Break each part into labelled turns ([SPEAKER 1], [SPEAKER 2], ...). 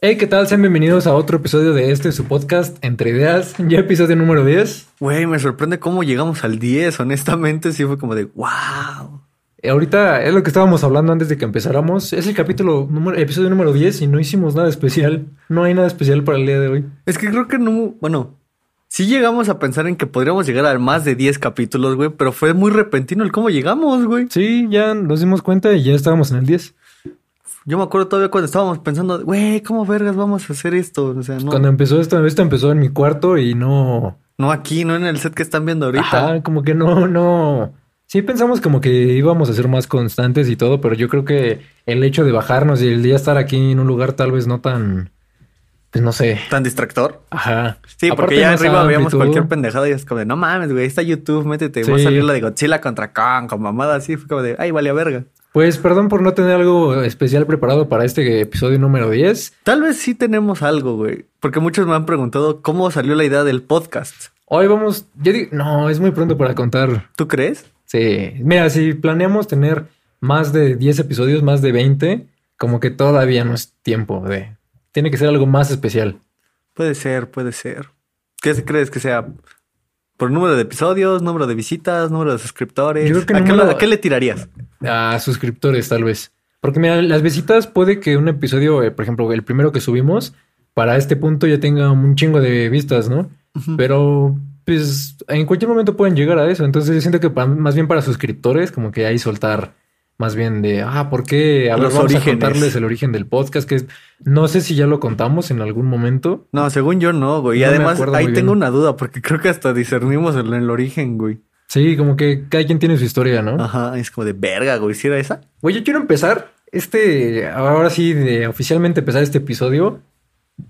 [SPEAKER 1] Hey, ¿qué tal? Sean bienvenidos a otro episodio de este, su podcast, Entre Ideas, ya episodio número 10.
[SPEAKER 2] Güey, me sorprende cómo llegamos al 10. Honestamente, sí fue como de wow.
[SPEAKER 1] Eh, Ahorita es lo que estábamos hablando antes de que empezáramos. Es el capítulo, número, episodio número 10 y no hicimos nada especial. No hay nada especial para el día de hoy.
[SPEAKER 2] Es que creo que no. Bueno, sí llegamos a pensar en que podríamos llegar a más de 10 capítulos, güey, pero fue muy repentino el cómo llegamos, güey.
[SPEAKER 1] Sí, ya nos dimos cuenta y ya estábamos en el 10.
[SPEAKER 2] Yo me acuerdo todavía cuando estábamos pensando, güey, ¿cómo vergas vamos a hacer esto? O sea, no,
[SPEAKER 1] Cuando empezó esto, esto empezó en mi cuarto y no...
[SPEAKER 2] no aquí, no en el set que están viendo ahorita.
[SPEAKER 1] Ajá, como que no, no... Sí pensamos como que íbamos a ser más constantes y todo, pero yo creo que el hecho de bajarnos y el día estar aquí en un lugar tal vez no tan... Pues no sé.
[SPEAKER 2] Tan distractor.
[SPEAKER 1] Ajá.
[SPEAKER 2] Sí,
[SPEAKER 1] Aparte,
[SPEAKER 2] porque ya
[SPEAKER 1] más
[SPEAKER 2] arriba veíamos
[SPEAKER 1] amplitud.
[SPEAKER 2] cualquier pendejada y es como de no mames, güey, ahí está YouTube, métete, voy
[SPEAKER 1] Sí.
[SPEAKER 2] a salir la de Godzilla contra Kong, con mamada así, fue como de ay, vale a verga.
[SPEAKER 1] Pues perdón por no tener algo especial preparado para este episodio número 10.
[SPEAKER 2] Tal vez sí tenemos algo, güey, porque muchos me han preguntado cómo salió la idea del podcast.
[SPEAKER 1] Hoy vamos, yo digo, no, es muy pronto para contar.
[SPEAKER 2] ¿Tú crees?
[SPEAKER 1] Sí, mira, si planeamos tener más de 10 episodios, más de 20, como que todavía no es tiempo de... Tiene que ser algo más especial.
[SPEAKER 2] Puede ser, puede ser. ¿Qué se- crees que sea? ¿Por número de episodios, número de visitas, número de suscriptores?
[SPEAKER 1] Yo creo que
[SPEAKER 2] ¿A, qué
[SPEAKER 1] número-
[SPEAKER 2] la- a qué le tirarías?
[SPEAKER 1] a suscriptores, tal vez. Porque mira, las visitas puede que un episodio, eh, por ejemplo, el primero que subimos, para este punto ya tenga un chingo de vistas, ¿no? Pero pues en cualquier momento pueden llegar a eso. Entonces yo siento que pa- más bien para suscriptores, como que ahí soltar más bien de, ah, ¿por qué? A ver,
[SPEAKER 2] Los
[SPEAKER 1] vamos a
[SPEAKER 2] orígenes.
[SPEAKER 1] contarles el origen del podcast, que es- no sé si ya lo contamos en algún momento.
[SPEAKER 2] No, según yo no, güey. Y
[SPEAKER 1] No me
[SPEAKER 2] además
[SPEAKER 1] acuerdo
[SPEAKER 2] ahí
[SPEAKER 1] muy
[SPEAKER 2] tengo
[SPEAKER 1] bien.
[SPEAKER 2] una duda porque creo que hasta discernimos en el origen, güey.
[SPEAKER 1] Sí, como que cada quien tiene su historia, ¿no?
[SPEAKER 2] Ajá, es como de verga, güey. ¿Sí era esa?
[SPEAKER 1] Güey, yo quiero empezar este, ahora sí, de oficialmente empezar este episodio,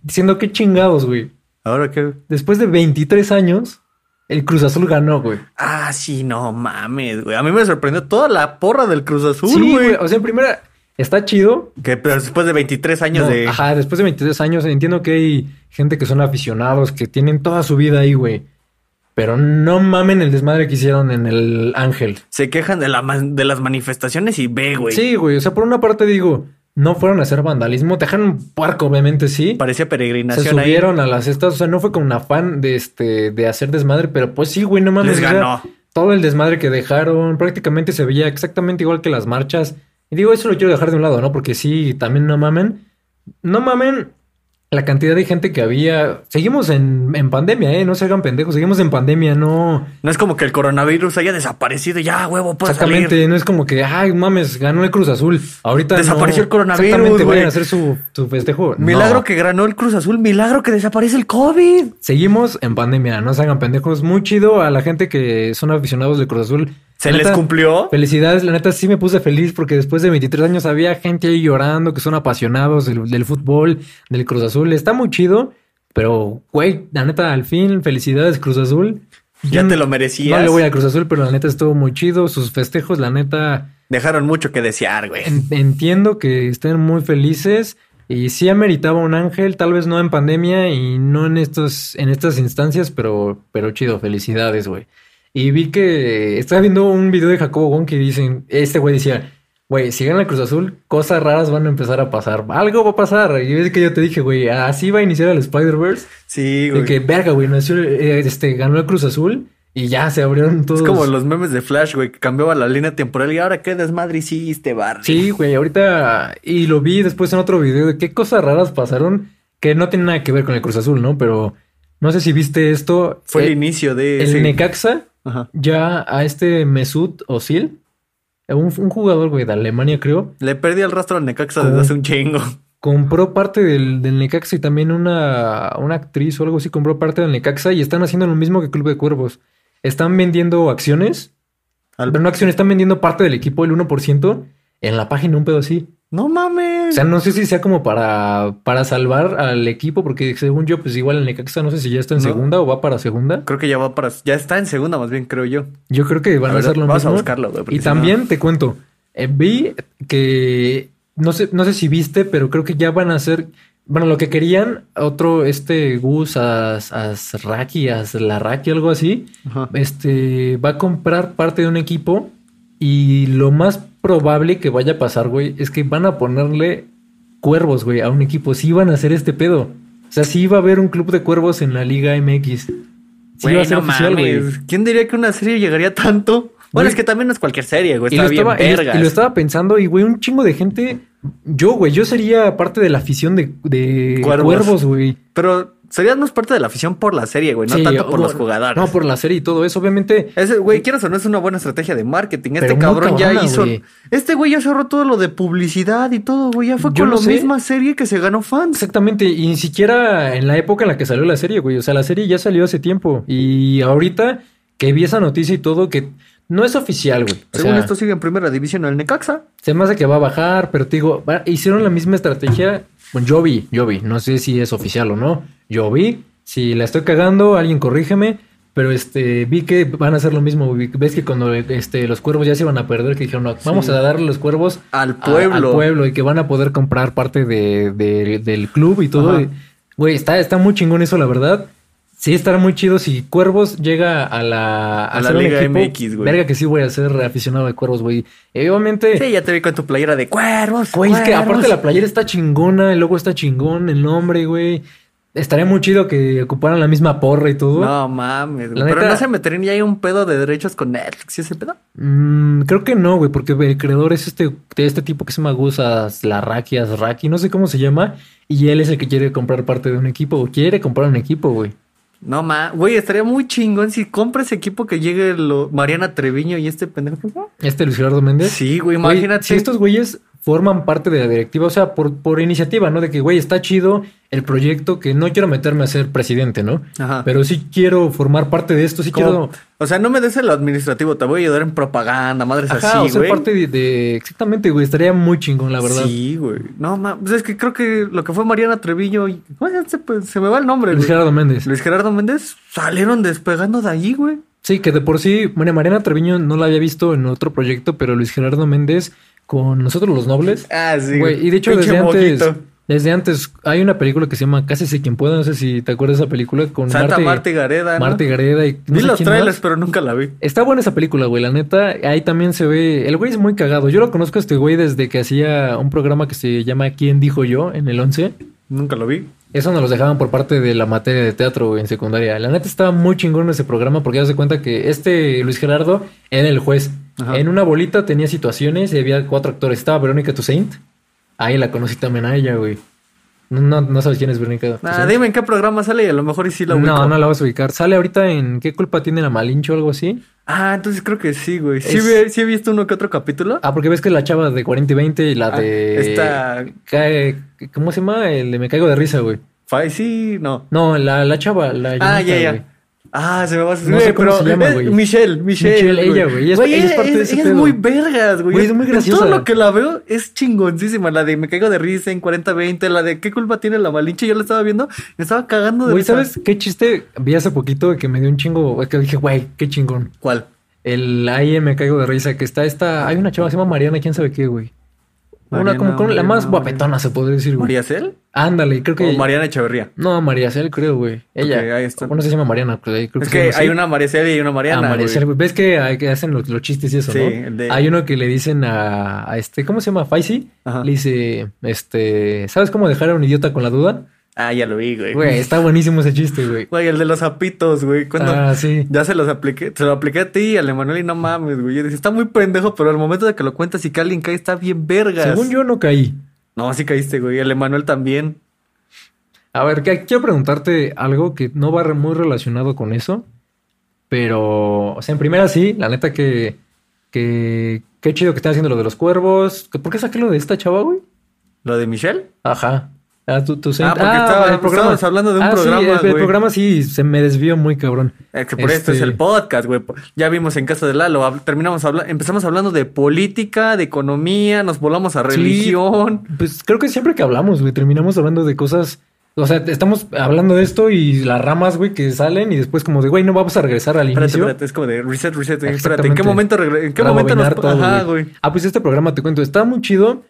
[SPEAKER 1] diciendo que chingados, güey.
[SPEAKER 2] Ahora qué.
[SPEAKER 1] Después de 23 años, el Cruz Azul ganó, güey.
[SPEAKER 2] Ah, sí, no mames, güey. A mí me sorprendió toda la porra del Cruz Azul,
[SPEAKER 1] sí,
[SPEAKER 2] güey.
[SPEAKER 1] güey. O sea, en primera, está chido.
[SPEAKER 2] Que pero después de 23 años
[SPEAKER 1] No,
[SPEAKER 2] de.
[SPEAKER 1] Ajá, después de 23 años, entiendo que hay gente que son aficionados, que tienen toda su vida ahí, güey. Pero no mamen el desmadre que hicieron en el Ángel.
[SPEAKER 2] Se quejan de, la man- de las manifestaciones y ve, güey.
[SPEAKER 1] Sí, güey. O sea, por una parte digo, no fueron a hacer vandalismo. Te dejaron un puerco, obviamente, sí.
[SPEAKER 2] Parecía
[SPEAKER 1] Se
[SPEAKER 2] peregrinación ahí.
[SPEAKER 1] subieron a las estas, o sea, no fue con un afán de este de hacer desmadre, pero pues sí, güey, no mames.
[SPEAKER 2] Les
[SPEAKER 1] o sea,
[SPEAKER 2] ganó.
[SPEAKER 1] todo el desmadre que dejaron, prácticamente se veía exactamente igual que las marchas. Y digo, eso lo quiero dejar de un lado, ¿no? Porque sí, también no mamen. No mamen la cantidad de gente que había. Seguimos en, en pandemia, ¿eh? No se hagan pendejos, seguimos en pandemia, no.
[SPEAKER 2] No es como que el coronavirus haya desaparecido y ya, huevo, puedo
[SPEAKER 1] Exactamente,
[SPEAKER 2] salir.
[SPEAKER 1] no es como que, ay, mames, ganó el Cruz Azul. Ahorita. no.
[SPEAKER 2] Desapareció el coronavirus,
[SPEAKER 1] Exactamente,
[SPEAKER 2] güey.
[SPEAKER 1] vayan a hacer su, su festejo. No.
[SPEAKER 2] Milagro que ganó el Cruz Azul, milagro que desaparece el COVID.
[SPEAKER 1] Seguimos en pandemia, no se hagan pendejos. Muy chido a la gente que son aficionados de Cruz Azul.
[SPEAKER 2] Se
[SPEAKER 1] La
[SPEAKER 2] les
[SPEAKER 1] neta, pues,
[SPEAKER 2] cumplió.
[SPEAKER 1] Felicidades, la neta sí me puse feliz porque después de 23 años había gente ahí llorando que son apasionados del, del fútbol, del Cruz Azul. Está muy chido, pero güey, la neta al fin, felicidades Cruz Azul.
[SPEAKER 2] Ya
[SPEAKER 1] Yo
[SPEAKER 2] te lo
[SPEAKER 1] No
[SPEAKER 2] merecías.
[SPEAKER 1] le voy a Cruz Azul, pero la neta estuvo muy chido. Sus festejos, la neta,
[SPEAKER 2] Dejaron mucho que desear, güey.
[SPEAKER 1] en- entiendo que estén muy felices y sí ameritaba un ángel, tal vez no en pandemia y no en estos, en estas instancias, pero, pero chido, felicidades, güey. Y vi que estaba viendo un video de Jacobo Gon que dicen, este güey decía, güey, si gana el Cruz Azul, cosas raras van a empezar a pasar, algo va a pasar. Y es que yo te dije, güey, así va a iniciar el Spider-Verse,
[SPEAKER 2] Sí,
[SPEAKER 1] de
[SPEAKER 2] güey.
[SPEAKER 1] que verga, güey, nació, eh, este, ganó el Cruz Azul y ya se abrieron todos.
[SPEAKER 2] Es como los memes de Flash, güey, que cambiaba la línea temporal y ahora qué desmadre hiciste, Barry.
[SPEAKER 1] Sí, güey, ahorita. Y lo vi después en otro video de qué cosas raras pasaron que no tienen nada que ver con el Cruz Azul, ¿no? Pero no sé si viste esto.
[SPEAKER 2] Fue el
[SPEAKER 1] Eh,
[SPEAKER 2] inicio de
[SPEAKER 1] el
[SPEAKER 2] ese-
[SPEAKER 1] Necaxa
[SPEAKER 2] Ajá.
[SPEAKER 1] ya a este Mesut Özil, un, un jugador, güey, de Alemania, creo,
[SPEAKER 2] Le perdí el rastro al Necaxa
[SPEAKER 1] ¿Cómo?
[SPEAKER 2] desde hace un chingo.
[SPEAKER 1] compró parte del, del Necaxa y también una, una actriz o algo así compró parte del Necaxa y están haciendo lo mismo que Club de Cuervos. Están vendiendo acciones,
[SPEAKER 2] Al-
[SPEAKER 1] pero no acciones, están vendiendo parte del equipo, el 1%, en la página, un pedo así.
[SPEAKER 2] No
[SPEAKER 1] O
[SPEAKER 2] mames.
[SPEAKER 1] sea, no sé si sea como para, para salvar al equipo, porque según yo, pues igual el Necaxa no sé si ya está en
[SPEAKER 2] No.
[SPEAKER 1] segunda o va para segunda.
[SPEAKER 2] Creo que ya va para. Ya está en segunda, más bien, creo yo.
[SPEAKER 1] Yo creo que van a,
[SPEAKER 2] ver,
[SPEAKER 1] hacer lo
[SPEAKER 2] vamos
[SPEAKER 1] mismo.
[SPEAKER 2] a buscarlo, güey. porque
[SPEAKER 1] y
[SPEAKER 2] si
[SPEAKER 1] también te cuento, eh, vi que no sé, no sé si viste, pero creo que ya van a hacer. Bueno, lo que querían, otro, este Gus As- Asraki, Aslarraki, algo así,
[SPEAKER 2] no- Ajá.
[SPEAKER 1] este va a comprar parte de un equipo y lo más probable que vaya a pasar, güey, es que van a ponerle cuervos, güey, a un equipo. Sí iban a hacer este pedo. O sea, sí iba a haber un club de cuervos en la Liga MX. Sí
[SPEAKER 3] Güey,
[SPEAKER 1] iba a ser
[SPEAKER 3] no
[SPEAKER 1] oficial, güey.
[SPEAKER 3] mames.
[SPEAKER 2] ¿Quién diría que una serie llegaría tanto?
[SPEAKER 1] Güey.
[SPEAKER 2] Bueno, es que también no es cualquier serie, güey.
[SPEAKER 1] Y lo,
[SPEAKER 2] Está bien
[SPEAKER 1] estaba, y lo-
[SPEAKER 2] vergas.
[SPEAKER 1] y lo estaba pensando, y güey, un chingo de gente. Yo, güey, yo sería parte de la afición de, de
[SPEAKER 2] Cuervos.
[SPEAKER 1] cuervos, güey.
[SPEAKER 2] Pero serías más parte de la afición por la serie, güey. No
[SPEAKER 1] Sí,
[SPEAKER 2] tanto por
[SPEAKER 1] o-
[SPEAKER 2] los jugadores.
[SPEAKER 1] No, por la serie y todo eso. Obviamente,
[SPEAKER 2] Ese, güey, quieras o no, es una buena estrategia de marketing. Este
[SPEAKER 1] Pero muy
[SPEAKER 2] cabrón ya
[SPEAKER 1] cabrona,
[SPEAKER 2] hizo.
[SPEAKER 1] güey.
[SPEAKER 2] Este güey ya cerró todo lo de publicidad y todo, güey. Ya fue
[SPEAKER 1] Yo
[SPEAKER 2] con
[SPEAKER 1] lo
[SPEAKER 2] la
[SPEAKER 1] sé.
[SPEAKER 2] misma serie que se ganó fans.
[SPEAKER 1] exactamente. Y ni siquiera en la época en la que salió la serie, güey. O sea, la serie ya salió hace tiempo. Y ahorita que vi esa noticia y todo, que no es oficial, güey. O
[SPEAKER 2] Según
[SPEAKER 1] sea,
[SPEAKER 2] esto, sigue en primera división el Necaxa.
[SPEAKER 1] Se me hace que va a bajar, pero te digo, va- hicieron la misma estrategia. Bueno, yo vi, yo vi. No sé si es oficial o no. Yo vi. Si la estoy cagando, alguien corrígeme. Pero este, vi que van a hacer lo mismo. vi- Ves que cuando este, los cuervos ya se iban a perder, que dijeron, no, vamos a darle los cuervos
[SPEAKER 2] Al
[SPEAKER 1] a-
[SPEAKER 2] pueblo.
[SPEAKER 1] al pueblo y que van a poder comprar parte de, de- del club y todo.
[SPEAKER 2] Ajá.
[SPEAKER 1] Y, Güey, está, está muy chingón eso, la verdad. Sí, estará muy chido si Cuervos llega a la,
[SPEAKER 2] A la
[SPEAKER 1] hacer un
[SPEAKER 2] Liga
[SPEAKER 1] equipo.
[SPEAKER 2] MX, güey.
[SPEAKER 1] Verga que sí voy a ser aficionado de Cuervos, güey. Y obviamente...
[SPEAKER 2] Sí, ya te vi con tu playera de cuervos.
[SPEAKER 1] Eh. Güey, es que
[SPEAKER 2] cuervos.
[SPEAKER 1] aparte la playera está chingona, el logo está chingón, el nombre, güey. Estaría muy chido que ocuparan la misma porra y todo.
[SPEAKER 2] No mames, güey.
[SPEAKER 1] La
[SPEAKER 2] Pero
[SPEAKER 1] neta-
[SPEAKER 2] no se meterían ya hay un pedo de derechos con Netflix y ese pedo.
[SPEAKER 1] Mm, creo que no, güey, porque el creador es este, de este tipo que se llama Gusas, Larraki, Azraki, no sé cómo se llama. Y él es el que quiere comprar parte de un equipo, o quiere comprar un equipo, güey.
[SPEAKER 2] No mames, güey, estaría muy chingón si compras equipo que llegue lo... Mariana Treviño y este pendejo. que fue.
[SPEAKER 1] Este Luis Gerardo Méndez.
[SPEAKER 2] Sí,
[SPEAKER 1] Güey,
[SPEAKER 2] güey, imagínate.
[SPEAKER 1] Si estos güeyes forman parte de la directiva, o sea, por, por iniciativa, ¿no? De que, güey, está chido el proyecto, que no quiero meterme a ser presidente, ¿no?
[SPEAKER 2] Ajá.
[SPEAKER 1] Pero sí quiero formar parte de esto, sí
[SPEAKER 2] Ah.
[SPEAKER 1] quiero
[SPEAKER 2] Como- O sea, no me des el administrativo, te voy a ayudar en propaganda, madres
[SPEAKER 1] Ajá, o
[SPEAKER 2] así,
[SPEAKER 1] ser
[SPEAKER 2] güey.
[SPEAKER 1] parte de, de- Exactamente, güey. Estaría muy chingón, la verdad.
[SPEAKER 2] Sí, güey. No, ma, pues es que creo que lo que fue Mariana Treviño y... Ay, ya se, pues, se me va el nombre,
[SPEAKER 1] Luis
[SPEAKER 2] güey.
[SPEAKER 1] Gerardo Méndez.
[SPEAKER 2] Luis Gerardo Méndez salieron despegando de ahí, güey.
[SPEAKER 1] Sí, que de por sí, bueno, Mariana Treviño no la había visto en otro proyecto, pero Luis Gerardo Méndez con nosotros los nobles.
[SPEAKER 2] Ah, sí.
[SPEAKER 1] Güey, y de hecho,
[SPEAKER 2] Pinche
[SPEAKER 1] desde antes,
[SPEAKER 2] mojito.
[SPEAKER 1] desde antes hay una película que se llama Cásese quien pueda, no sé si te acuerdas de esa película con
[SPEAKER 2] Santa
[SPEAKER 1] Marte,
[SPEAKER 2] Marta y Gareda. ¿no?
[SPEAKER 1] Marta y Gareda y no
[SPEAKER 2] Vi
[SPEAKER 1] sé
[SPEAKER 2] los
[SPEAKER 1] quién más.
[SPEAKER 2] trailers, pero nunca la vi.
[SPEAKER 1] Está buena esa película, güey, la neta. Ahí también se ve. El güey es muy cagado. Yo lo conozco a este güey desde que hacía un programa que se llama ¿Quién dijo yo? en el 11.
[SPEAKER 2] Nunca lo vi.
[SPEAKER 1] Eso nos los dejaban por parte de la materia de teatro güey, en secundaria. La neta estaba muy chingón ese programa porque ya se cuenta que este Luis Gerardo era el juez.
[SPEAKER 2] Ajá.
[SPEAKER 1] En una bolita tenía situaciones y había cuatro actores. Estaba Verónica Toussaint. Ahí la conocí también a ella, güey. No, no, no sabes quién es Verónica
[SPEAKER 2] Ah,
[SPEAKER 1] Toussaint.
[SPEAKER 2] dime en qué programa sale y a lo mejor y sí la ubico.
[SPEAKER 1] no, no la vas a ubicar. Sale ahorita en ¿Qué culpa tiene la Malincho o algo así?
[SPEAKER 2] Ah, entonces creo que sí, güey. Sí,
[SPEAKER 1] Es-
[SPEAKER 2] vi- sí he visto uno que otro capítulo.
[SPEAKER 1] Ah, porque ves que la chava de 40 y 20 y la
[SPEAKER 2] Ah,
[SPEAKER 1] de...
[SPEAKER 2] esta-
[SPEAKER 1] Cae- ¿Cómo se llama? El de Me Caigo de Risa, güey.
[SPEAKER 2] Fai- sí, no.
[SPEAKER 1] No, la, la chava, la...
[SPEAKER 2] Ah,
[SPEAKER 1] Yolanda,
[SPEAKER 2] ya, ya.
[SPEAKER 1] güey.
[SPEAKER 2] Ah, se me va a
[SPEAKER 1] No sé cómo se llama,
[SPEAKER 2] eh,
[SPEAKER 1] güey.
[SPEAKER 2] Michelle, Michelle.
[SPEAKER 1] Michelle, ella, güey. Ella es- ella es parte de ese
[SPEAKER 2] ella
[SPEAKER 1] pedo.
[SPEAKER 2] muy vergas, güey.
[SPEAKER 1] Güey, es muy
[SPEAKER 2] De
[SPEAKER 1] graciosa.
[SPEAKER 2] Todo lo que la veo es chingoncísima. La de Me caigo de risa en 40-20, la de ¿Qué culpa tiene la malinche? Yo la estaba viendo, me estaba cagando de
[SPEAKER 1] Güey,
[SPEAKER 2] risa.
[SPEAKER 1] ¿sabes qué chiste vi hace poquito que me dio un chingo? Que dije, güey, qué chingón.
[SPEAKER 2] ¿Cuál?
[SPEAKER 1] El ahí me caigo de risa, que está esta. Hay una chava que se llama Mariana, quién sabe qué, güey. una
[SPEAKER 2] Mariana,
[SPEAKER 1] como con la
[SPEAKER 2] Mariana,
[SPEAKER 1] más
[SPEAKER 2] Mariana.
[SPEAKER 1] guapetona, se podría decir, güey.
[SPEAKER 2] ¿María Cel?
[SPEAKER 1] Ándale, creo que.
[SPEAKER 2] ¿O Mariana Echeverría?
[SPEAKER 1] No, María Cel, creo, güey. Ella.
[SPEAKER 2] Ok, ahí está.
[SPEAKER 1] Bueno, se llama Mariana, creo, creo
[SPEAKER 2] Es
[SPEAKER 1] se
[SPEAKER 2] que
[SPEAKER 1] llama
[SPEAKER 2] hay
[SPEAKER 1] así.
[SPEAKER 2] una María Cel y hay una Mariana.
[SPEAKER 1] Ah, María
[SPEAKER 2] güey.
[SPEAKER 1] Cel, güey. ¿Ves que, hay- que hacen los, los chistes y eso,
[SPEAKER 2] Sí,
[SPEAKER 1] no?
[SPEAKER 2] el de-
[SPEAKER 1] Hay uno que le dicen a, a este, ¿cómo se llama? Faisy.
[SPEAKER 2] Ajá.
[SPEAKER 1] Le dice, este, ¿sabes cómo dejar a un idiota con la duda?
[SPEAKER 2] Ah, ya lo vi, güey.
[SPEAKER 1] Güey, está buenísimo ese chiste, güey.
[SPEAKER 2] Güey, el de los zapitos, güey. Cuando
[SPEAKER 1] Ah, sí.
[SPEAKER 2] ya se los apliqué, se lo apliqué a ti y al Emanuel y no mames, güey. Yo dije, está muy pendejo, pero al momento de que lo cuentas y que alguien cae, está bien vergas.
[SPEAKER 1] Según yo no caí.
[SPEAKER 2] No, sí caíste, güey. El Emanuel también.
[SPEAKER 1] A ver, que- quiero preguntarte algo que no va re- muy relacionado con eso, pero, o sea, en primera sí, la neta que, que, qué chido que estás haciendo lo de los cuervos. que- ¿Por qué saqué lo de esta chava, güey?
[SPEAKER 2] ¿Lo de Michelle?
[SPEAKER 1] Ajá. Ah, tú, tú
[SPEAKER 2] Ah, porque estaba- estábamos hablando de un
[SPEAKER 1] Ah, sí,
[SPEAKER 2] programa,
[SPEAKER 1] el- el,
[SPEAKER 2] güey.
[SPEAKER 1] programa sí se me desvió muy cabrón.
[SPEAKER 2] Es que por esto
[SPEAKER 1] Este-
[SPEAKER 2] es el podcast, güey. Ya vimos en casa de Lalo, hab- terminamos hablando, empezamos hablando de política, de economía, nos volamos a
[SPEAKER 1] Sí.
[SPEAKER 2] religión.
[SPEAKER 1] Pues creo que siempre que hablamos, güey, terminamos hablando de cosas. O sea, estamos hablando de esto y las ramas, güey, que salen y después como de, güey, no vamos a regresar al
[SPEAKER 2] Espérate,
[SPEAKER 1] inicio.
[SPEAKER 2] espérate, es como de reset, reset, espérate. ¿En
[SPEAKER 1] Exactamente.
[SPEAKER 2] qué momento, regre- en qué
[SPEAKER 1] Para
[SPEAKER 2] momento nos...
[SPEAKER 1] bobinar todo,
[SPEAKER 2] Ajá, güey.
[SPEAKER 1] Ah, pues este programa, te cuento, está muy chido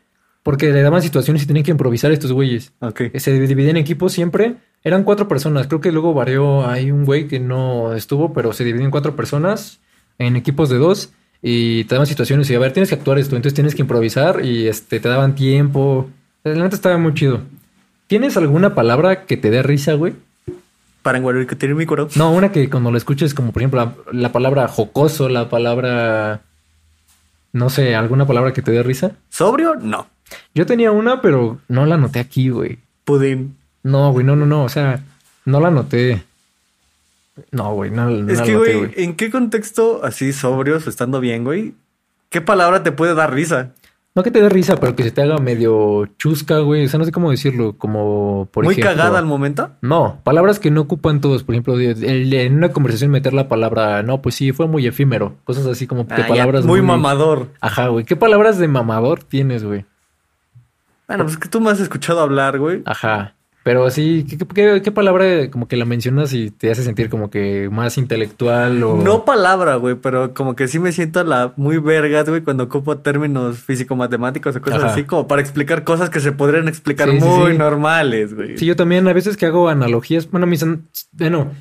[SPEAKER 1] porque le daban situaciones y tenían que improvisar estos güeyes.
[SPEAKER 2] Ok.
[SPEAKER 1] Se dividían en equipos siempre. Eran cuatro personas. Creo que luego varió. Hay un güey que no estuvo, pero se dividió en cuatro personas, en equipos de dos. Y te daban situaciones y a ver, tienes que actuar esto. Entonces tienes que improvisar y este, te daban tiempo. La neta estaba muy chido. ¿Tienes alguna palabra que te dé risa, güey?
[SPEAKER 2] Para enguardir que tiene mi coro.
[SPEAKER 1] No, una que cuando la escuches, como por ejemplo la, la palabra jocoso, la palabra. No sé, alguna palabra que te dé risa.
[SPEAKER 2] ¿Sobrio? No.
[SPEAKER 1] Yo tenía una, pero no la anoté aquí, güey.
[SPEAKER 2] Pudín.
[SPEAKER 1] No, güey, no, no, no. O sea, no la anoté. No, güey, no, no
[SPEAKER 2] es
[SPEAKER 1] la
[SPEAKER 2] que,
[SPEAKER 1] anoté,
[SPEAKER 2] güey, ¿en qué contexto así sobrios, estando bien, güey? ¿Qué palabra te puede dar risa?
[SPEAKER 1] No que te dé risa, pero que se te haga medio chusca, güey. O sea, no sé cómo decirlo. Como, por
[SPEAKER 2] ¿Muy
[SPEAKER 1] ejemplo-
[SPEAKER 2] cagada al momento?
[SPEAKER 1] No, palabras que no ocupan todos. Por ejemplo, de- el- en una conversación meter la palabra, no, pues sí, fue muy efímero. Cosas así como que
[SPEAKER 2] Ah, ya,
[SPEAKER 1] palabras
[SPEAKER 2] muy, mamador.
[SPEAKER 1] Ajá, güey. ¿Qué palabras de mamador tienes, güey?
[SPEAKER 2] Bueno, pues que tú me has escuchado hablar, güey.
[SPEAKER 1] Ajá. Pero así, ¿qué, qué- qué- qué palabra como que la mencionas y te hace sentir como que más intelectual o.
[SPEAKER 2] No palabra, güey, pero como que sí me siento a la muy vergas, güey, cuando ocupo términos físico-matemáticos o cosas
[SPEAKER 1] Ajá.
[SPEAKER 2] así, como para explicar cosas que se podrían explicar
[SPEAKER 1] Sí, sí,
[SPEAKER 2] muy
[SPEAKER 1] sí.
[SPEAKER 2] normales, güey.
[SPEAKER 1] Sí, yo también a veces que hago analogías, bueno, mis, an- bueno,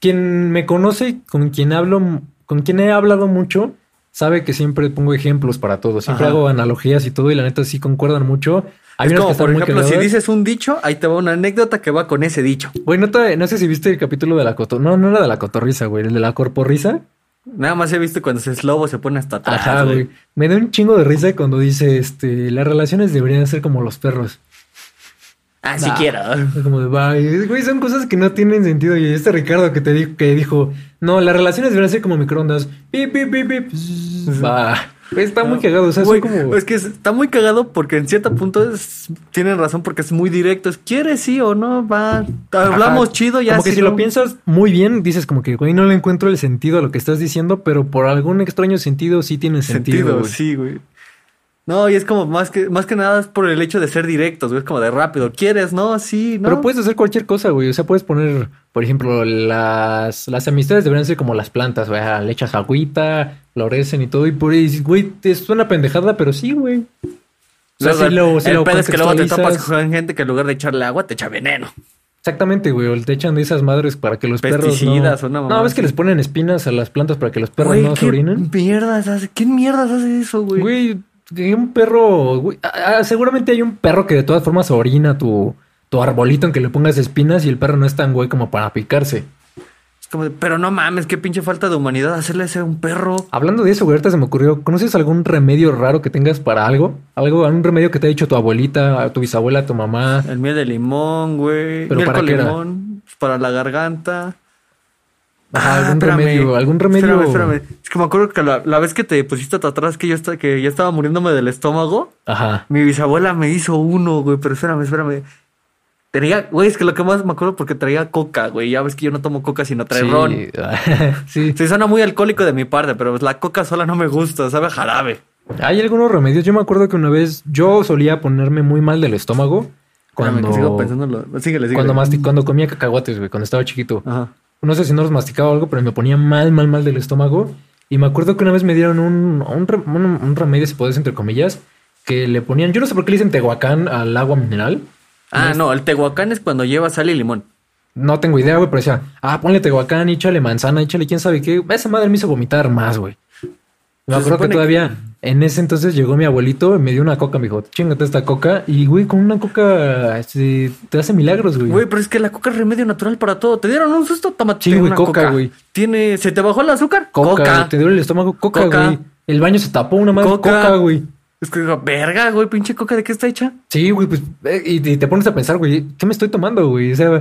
[SPEAKER 1] quien me conoce, con quien hablo, con quien he hablado mucho, sabe que siempre pongo ejemplos para todo, siempre
[SPEAKER 2] Ajá.
[SPEAKER 1] hago analogías y todo y la neta sí concuerdan mucho. Hay
[SPEAKER 2] es
[SPEAKER 1] unas que
[SPEAKER 2] como,
[SPEAKER 1] están
[SPEAKER 2] por
[SPEAKER 1] muy
[SPEAKER 2] ejemplo, si
[SPEAKER 1] cagadas.
[SPEAKER 2] dices un dicho, ahí te va una anécdota que va con ese dicho.
[SPEAKER 1] Güey, no, te- no sé si viste el capítulo de la coto, no, no era de la cotorriza, güey, el de la corporrisa.
[SPEAKER 2] Nada más he visto cuando se es lobo se pone hasta atrás.
[SPEAKER 1] Ajá, güey. Me da un chingo de risa cuando dice, este, las relaciones deberían ser como los perros.
[SPEAKER 2] Así
[SPEAKER 1] Nah.
[SPEAKER 2] Ah, quiero.
[SPEAKER 1] Es Como de, "Bye". güey, son cosas que no tienen sentido. Y este Ricardo que te dijo, que dijo, no, las relaciones deberían ser como microondas. Pip, pip, pip, pip. Zzz, Va. Güey, está muy cagado. O sea,
[SPEAKER 2] Ah, Güey,
[SPEAKER 1] son como.
[SPEAKER 2] Es que es- está muy cagado porque en cierto punto es- tienen razón porque es muy directo. Es, ¿Quieres sí o no? Va. Hablamos
[SPEAKER 1] Ajá.
[SPEAKER 2] chido ya.
[SPEAKER 1] Como que si
[SPEAKER 2] no-
[SPEAKER 1] lo piensas muy bien, dices como que, güey, no le encuentro el sentido a lo que estás diciendo, pero por algún extraño sentido sí tiene sentido.
[SPEAKER 2] sentido,
[SPEAKER 1] güey.
[SPEAKER 2] sí, güey. No, y es como más que, más que nada es por el hecho de ser directos, güey. Es como de rápido. ¿Quieres? No, sí, no.
[SPEAKER 1] Pero pues, puedes hacer cualquier cosa, güey. O sea, puedes poner, por ejemplo, las, las amistades deberían ser como las plantas, güey. Ah, Le echas agüita, florecen y todo. Y por ahí, dices, güey, te- es una pendejada, pero sí, güey. O sea,
[SPEAKER 2] Luego,
[SPEAKER 1] si lo-
[SPEAKER 2] el
[SPEAKER 1] si lo
[SPEAKER 2] pedo es que luego te topas
[SPEAKER 1] contextualizas-
[SPEAKER 2] con gente que en lugar de echarle agua te echa veneno.
[SPEAKER 1] Exactamente, güey. O te echan de esas madres para que los
[SPEAKER 2] Pesticidas o
[SPEAKER 1] perros.
[SPEAKER 2] una
[SPEAKER 1] No,
[SPEAKER 2] mamá
[SPEAKER 1] no ves que
[SPEAKER 2] así.
[SPEAKER 1] les ponen espinas a las plantas para que los perros
[SPEAKER 2] Güey,
[SPEAKER 1] no se
[SPEAKER 2] ¿qué
[SPEAKER 1] orinen.
[SPEAKER 2] mierdas hace? ¿Qué mierdas hace eso, güey?
[SPEAKER 1] Güey, hay un perro. güey, ah, ah, seguramente hay un perro que de todas formas orina tu, tu arbolito en que le pongas espinas y el perro no es tan güey como para picarse.
[SPEAKER 2] Es como de, pero no mames, qué pinche falta de humanidad hacerle ese a un perro.
[SPEAKER 1] Hablando de eso, güey, ahorita se me ocurrió, ¿conoces algún remedio raro que tengas para algo? Algo, algún remedio que te ha dicho tu abuelita, tu bisabuela, tu mamá.
[SPEAKER 2] El miel de limón, güey.
[SPEAKER 1] ¿Pero
[SPEAKER 2] miel
[SPEAKER 1] para
[SPEAKER 2] con
[SPEAKER 1] qué era?
[SPEAKER 2] limón, pues, para la garganta.
[SPEAKER 1] Ajá, algún remedio, algún remedio.
[SPEAKER 2] Ah, Espérame, espérame. Es que me acuerdo que la, la vez que te pusiste hasta atrás que yo esta- que ya estaba muriéndome del estómago,
[SPEAKER 1] Ajá.
[SPEAKER 2] mi bisabuela me hizo uno, güey, pero espérame, espérame. Tenía, güey, es que lo que más me acuerdo porque traía coca, güey. Ya ves que yo no tomo coca sino trae ron.
[SPEAKER 1] sí.
[SPEAKER 2] Sí, suena muy alcohólico de mi parte, pero pues la coca sola no me gusta, sabe a jarabe.
[SPEAKER 1] Hay algunos remedios. Yo me acuerdo que una vez yo solía ponerme muy mal del estómago
[SPEAKER 2] Espérame,
[SPEAKER 1] cuando,
[SPEAKER 2] que sigo pensándolo. Síguele, síguele.
[SPEAKER 1] cuando, masti- cuando comía cacahuates, güey, cuando estaba chiquito.
[SPEAKER 2] Ajá.
[SPEAKER 1] No sé si no los masticaba o algo, pero me ponía mal, mal, mal del estómago. Y me acuerdo que una vez me dieron un, un, re- un- un remedio, si puedes, entre comillas, que le ponían, yo no sé por qué le dicen Tehuacán al agua mineral.
[SPEAKER 2] Ah, no, el tehuacán es cuando lleva sal y limón.
[SPEAKER 1] No tengo idea, güey, pero decía, ah, ponle tehuacán, échale manzana, échale quién sabe qué. Esa madre me hizo vomitar más, güey. Me
[SPEAKER 2] Se
[SPEAKER 1] acuerdo que
[SPEAKER 2] supone que-
[SPEAKER 1] todavía en ese entonces llegó mi abuelito y me dio una coca, me dijo, chingate esta coca. Y, güey, con una coca este, te hace milagros, güey.
[SPEAKER 2] Güey, pero es que la coca es remedio natural para todo. ¿Te dieron un susto? Toma
[SPEAKER 1] Sí, güey, coca, güey.
[SPEAKER 2] Tiene, ¿se te bajó el azúcar?
[SPEAKER 1] coca,
[SPEAKER 2] Coca.
[SPEAKER 1] güey, te duele el estómago, coca,
[SPEAKER 2] Coca.
[SPEAKER 1] güey. El baño se tapó una madre,
[SPEAKER 2] Coca.
[SPEAKER 1] coca, güey.
[SPEAKER 2] Es que digo, verga, güey, pinche coca, ¿de qué está hecha?
[SPEAKER 1] Sí, güey, pues, eh, y, y te pones a pensar, güey, ¿qué me estoy tomando, güey? O sea,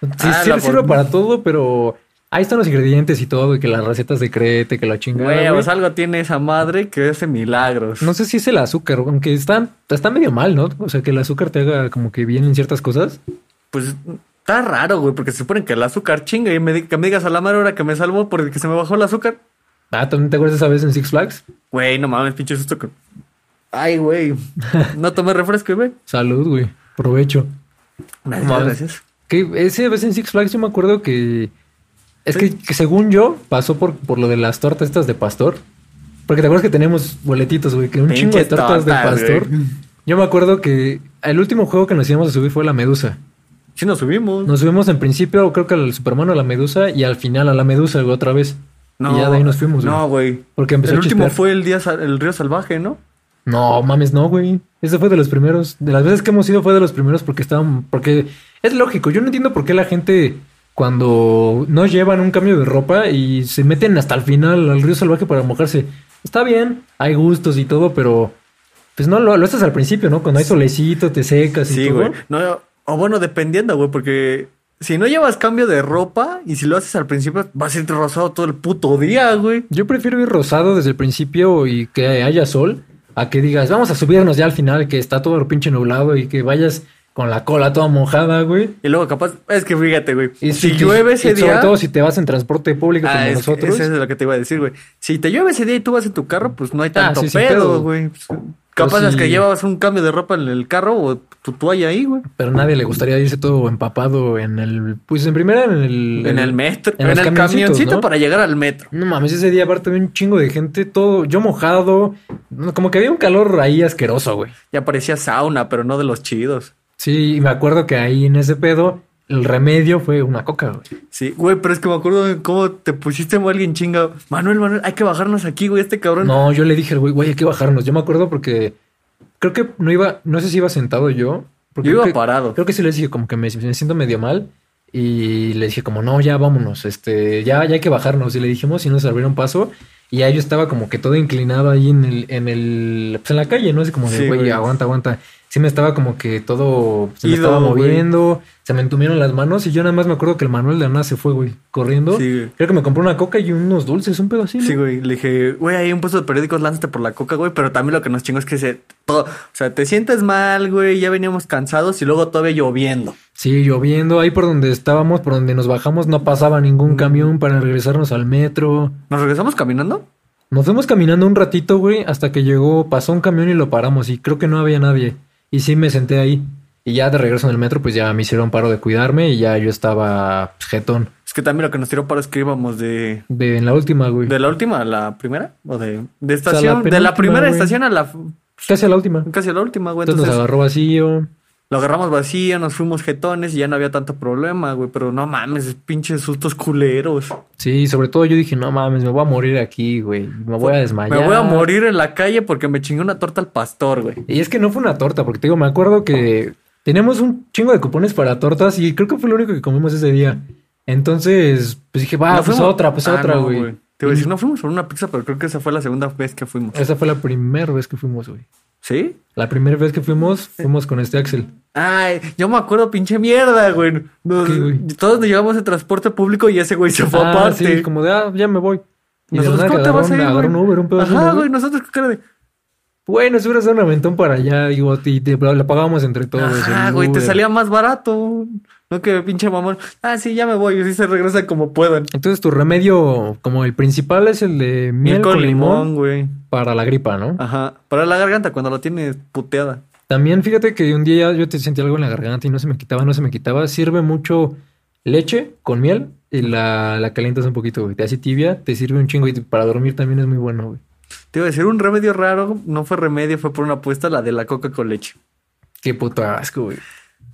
[SPEAKER 1] sí,
[SPEAKER 2] Ah,
[SPEAKER 1] sí
[SPEAKER 2] la
[SPEAKER 1] le sirve
[SPEAKER 2] por-
[SPEAKER 1] para todo, pero ahí están los ingredientes y todo, y que las recetas de crete, que la chingada,
[SPEAKER 2] Güey,
[SPEAKER 1] güey.
[SPEAKER 2] pues algo tiene esa madre que hace milagros.
[SPEAKER 1] No sé si es el azúcar, aunque está, está medio mal, ¿no? O sea, que el azúcar te haga como que bien en ciertas cosas.
[SPEAKER 2] Pues está raro, güey, porque se supone que el azúcar chinga y me di- que me digas a la madre ahora que me salvo porque se me bajó el azúcar.
[SPEAKER 1] Ah, ¿también te acuerdas esa vez en Six Flags?
[SPEAKER 2] Güey, no mames, pinche susto. que- Ay, güey. No tomé refresco, güey.
[SPEAKER 1] Salud, güey. Provecho.
[SPEAKER 2] Muchas
[SPEAKER 1] Mames.
[SPEAKER 2] gracias.
[SPEAKER 1] Que esa vez en Six Flags yo me acuerdo que... Es que, que según yo, pasó por, por lo de las tortas estas de pastor. Porque te acuerdas que tenemos boletitos, güey, que un chingo de
[SPEAKER 2] Pinches
[SPEAKER 1] tortas,
[SPEAKER 2] tortas,
[SPEAKER 1] de pastor.
[SPEAKER 2] güey.
[SPEAKER 1] Yo me acuerdo que el último juego que nos íbamos a subir fue la Medusa.
[SPEAKER 2] Sí, nos subimos.
[SPEAKER 1] Nos subimos en principio, creo que al Superman o a la Medusa, y al final a la Medusa, güey, otra vez. y ya de ahí nos fuimos, güey.
[SPEAKER 2] No, güey.
[SPEAKER 1] Porque empezó
[SPEAKER 2] El
[SPEAKER 1] a
[SPEAKER 2] último
[SPEAKER 1] chispear.
[SPEAKER 2] fue el día sa- el río salvaje, ¿no?
[SPEAKER 1] No, mames, no, güey. Ese fue de los primeros. De las veces que hemos ido fue de los primeros porque estaban. Porque es lógico. Yo no entiendo por qué la gente, cuando no llevan un cambio de ropa y se meten hasta el final al río salvaje para mojarse. Está bien, hay gustos y todo, pero. Pues no, lo, lo haces al principio, ¿no? Cuando hay solecito, te secas y
[SPEAKER 2] Sí,
[SPEAKER 1] todo.
[SPEAKER 2] güey. No, o bueno, dependiendo, güey, porque si no llevas cambio de ropa y si lo haces al principio, vas a ir rosado todo el puto día, güey.
[SPEAKER 1] Yo prefiero ir rosado desde el principio y que haya sol a que digas, vamos a subirnos ya al final, que está todo pinche nublado y que vayas con la cola toda mojada, güey.
[SPEAKER 2] Y luego capaz, es que fíjate, güey.
[SPEAKER 1] Y
[SPEAKER 2] si llueve ese
[SPEAKER 1] y
[SPEAKER 2] día.
[SPEAKER 1] Sobre todo si te vas en transporte público
[SPEAKER 2] Ah,
[SPEAKER 1] como
[SPEAKER 2] es, que
[SPEAKER 1] nosotros.
[SPEAKER 2] eso es lo que te iba a decir, güey. Si te llueve ese día y tú vas en tu carro, pues no hay
[SPEAKER 1] Ah,
[SPEAKER 2] tanto
[SPEAKER 1] sí, sin
[SPEAKER 2] pedo,
[SPEAKER 1] pedo.
[SPEAKER 2] güey. Pues, capaz
[SPEAKER 1] Pero
[SPEAKER 2] es que
[SPEAKER 1] sí.
[SPEAKER 2] llevas un cambio de ropa en el carro o tu toalla ahí, güey.
[SPEAKER 1] Pero nadie le gustaría irse todo empapado en el. Pues en primera en el.
[SPEAKER 2] En el metro, en,
[SPEAKER 1] en los
[SPEAKER 2] el
[SPEAKER 1] camioncitos,
[SPEAKER 2] camioncito
[SPEAKER 1] ¿no?
[SPEAKER 2] para llegar al metro.
[SPEAKER 1] No mames, ese día aparte había un chingo de gente, todo. Yo mojado. no, Como que había un calor ahí asqueroso, güey.
[SPEAKER 2] Ya parecía sauna, pero no de los chidos.
[SPEAKER 1] Sí, y me acuerdo que ahí en ese pedo, el remedio fue una coca, güey.
[SPEAKER 2] Sí, güey, pero es que me acuerdo de cómo te pusiste mal alguien chinga. Manuel, Manuel, hay que bajarnos aquí, güey, este cabrón.
[SPEAKER 1] No, yo le dije, al güey, güey, hay que bajarnos. Yo me acuerdo porque creo que no iba, no sé si iba sentado yo. Porque
[SPEAKER 2] Yo
[SPEAKER 1] creo
[SPEAKER 2] iba
[SPEAKER 1] que-
[SPEAKER 2] parado.
[SPEAKER 1] Creo que sí le dije como que me, me siento medio mal y le dije como, no, ya vámonos, este, ya, ya hay que bajarnos. Y le dijimos y nos abrieron paso y ahí yo estaba como que todo inclinado ahí en el, en el, pues en la calle, ¿no? Así como
[SPEAKER 2] Sí,
[SPEAKER 1] de, güey,
[SPEAKER 2] güey.
[SPEAKER 1] aguanta, aguanta. Sí me estaba como que todo, se me
[SPEAKER 2] Ido,
[SPEAKER 1] estaba
[SPEAKER 2] güey.
[SPEAKER 1] moviendo, se me entumieron las manos y yo nada más me acuerdo que el Manuel de la nada se fue, güey, corriendo.
[SPEAKER 2] Sí, güey.
[SPEAKER 1] Creo que me compró una coca y unos dulces, un pedo así, ¿no?
[SPEAKER 2] Sí, güey. Le dije, güey, hay un puesto de periódicos, lánzate por la coca, güey. Pero también lo que nos chingó es que se todo. O sea, te sientes mal, güey. Ya veníamos cansados y luego todavía lloviendo.
[SPEAKER 1] Sí, lloviendo, ahí por donde estábamos, por donde nos bajamos, no pasaba ningún camión para regresarnos al metro.
[SPEAKER 2] ¿Nos regresamos caminando?
[SPEAKER 1] Nos fuimos caminando un ratito, güey, hasta que llegó, pasó un camión y lo paramos y creo que no había nadie. Y sí me senté ahí. Y ya de regreso en el metro, pues ya me hicieron paro de cuidarme y ya yo estaba pues, jetón.
[SPEAKER 2] Es que también lo que nos tiró para es que íbamos de.
[SPEAKER 1] De, en la última, güey.
[SPEAKER 2] De la última a la primera. O de. De
[SPEAKER 1] sea, la
[SPEAKER 2] estación. de la
[SPEAKER 1] penúltima,
[SPEAKER 2] primera
[SPEAKER 1] güey.
[SPEAKER 2] estación a la.
[SPEAKER 1] Pues, Casi a la última. Entonces,
[SPEAKER 2] Casi a la última, güey. Entonces,
[SPEAKER 1] nos agarró vacío.
[SPEAKER 2] lo agarramos vacío, nos fuimos jetones y ya no había tanto problema, güey. Pero no mames, pinches sustos culeros.
[SPEAKER 1] Sí, sobre todo yo dije, no mames, me voy a morir aquí, güey. Me voy a desmayar.
[SPEAKER 2] Me voy a morir en la calle porque me chingué una torta al pastor, güey.
[SPEAKER 1] Y es que no fue una torta, porque te digo, me acuerdo que teníamos un chingo de cupones para tortas y creo que fue lo único que comimos ese día. Entonces, pues dije, va,
[SPEAKER 2] No
[SPEAKER 1] pues
[SPEAKER 2] fuimos-
[SPEAKER 1] otra, pues
[SPEAKER 2] Ah,
[SPEAKER 1] otra,
[SPEAKER 2] no,
[SPEAKER 1] güey.
[SPEAKER 2] Te voy a decir, no fuimos por una pizza, pero creo que esa fue la segunda vez que fuimos.
[SPEAKER 1] Esa fue la primera vez que fuimos, güey.
[SPEAKER 2] ¿Sí?
[SPEAKER 1] La primera vez que fuimos, fuimos con este Axel.
[SPEAKER 2] Ay, yo me acuerdo, pinche mierda, güey. Nos-
[SPEAKER 1] ¿Qué, güey?
[SPEAKER 2] todos nos llevamos en transporte público y ese güey se Pues fue
[SPEAKER 1] Ah,
[SPEAKER 2] aparte.
[SPEAKER 1] sí, como de, ah, ya me voy. Y de la
[SPEAKER 2] Nosotros,
[SPEAKER 1] nada
[SPEAKER 2] ¿cómo te
[SPEAKER 1] agarró
[SPEAKER 2] vas a
[SPEAKER 1] un-
[SPEAKER 2] ir,
[SPEAKER 1] agarró
[SPEAKER 2] güey?
[SPEAKER 1] un Uber, un pedazo
[SPEAKER 2] Ajá,
[SPEAKER 1] de
[SPEAKER 2] güey, nosotros con cara de...
[SPEAKER 1] Bueno, si hubieras dado un aventón para allá, digo, y te, la pagábamos entre todos.
[SPEAKER 2] Ajá,
[SPEAKER 1] el
[SPEAKER 2] güey, te
[SPEAKER 1] Uber.
[SPEAKER 2] salía más barato. No que pinche mamón. Ah, sí, ya me voy. Y sí se regresa como puedan.
[SPEAKER 1] Entonces tu remedio, como el principal, es el de miel,
[SPEAKER 2] Miel con limón, güey.
[SPEAKER 1] para la gripa, ¿no?
[SPEAKER 2] Ajá. Para la garganta cuando la tienes puteada.
[SPEAKER 1] También fíjate que un día yo te sentí algo en la garganta y no se me quitaba, no se me quitaba. Sirve mucho leche con miel y la, la calientas un poquito, güey. Te hace tibia, te sirve un chingo y para dormir también es muy bueno, güey.
[SPEAKER 2] Te iba a decir, un remedio raro. No fue remedio, fue por una apuesta, la de la coca con leche.
[SPEAKER 1] Qué puto asco, güey.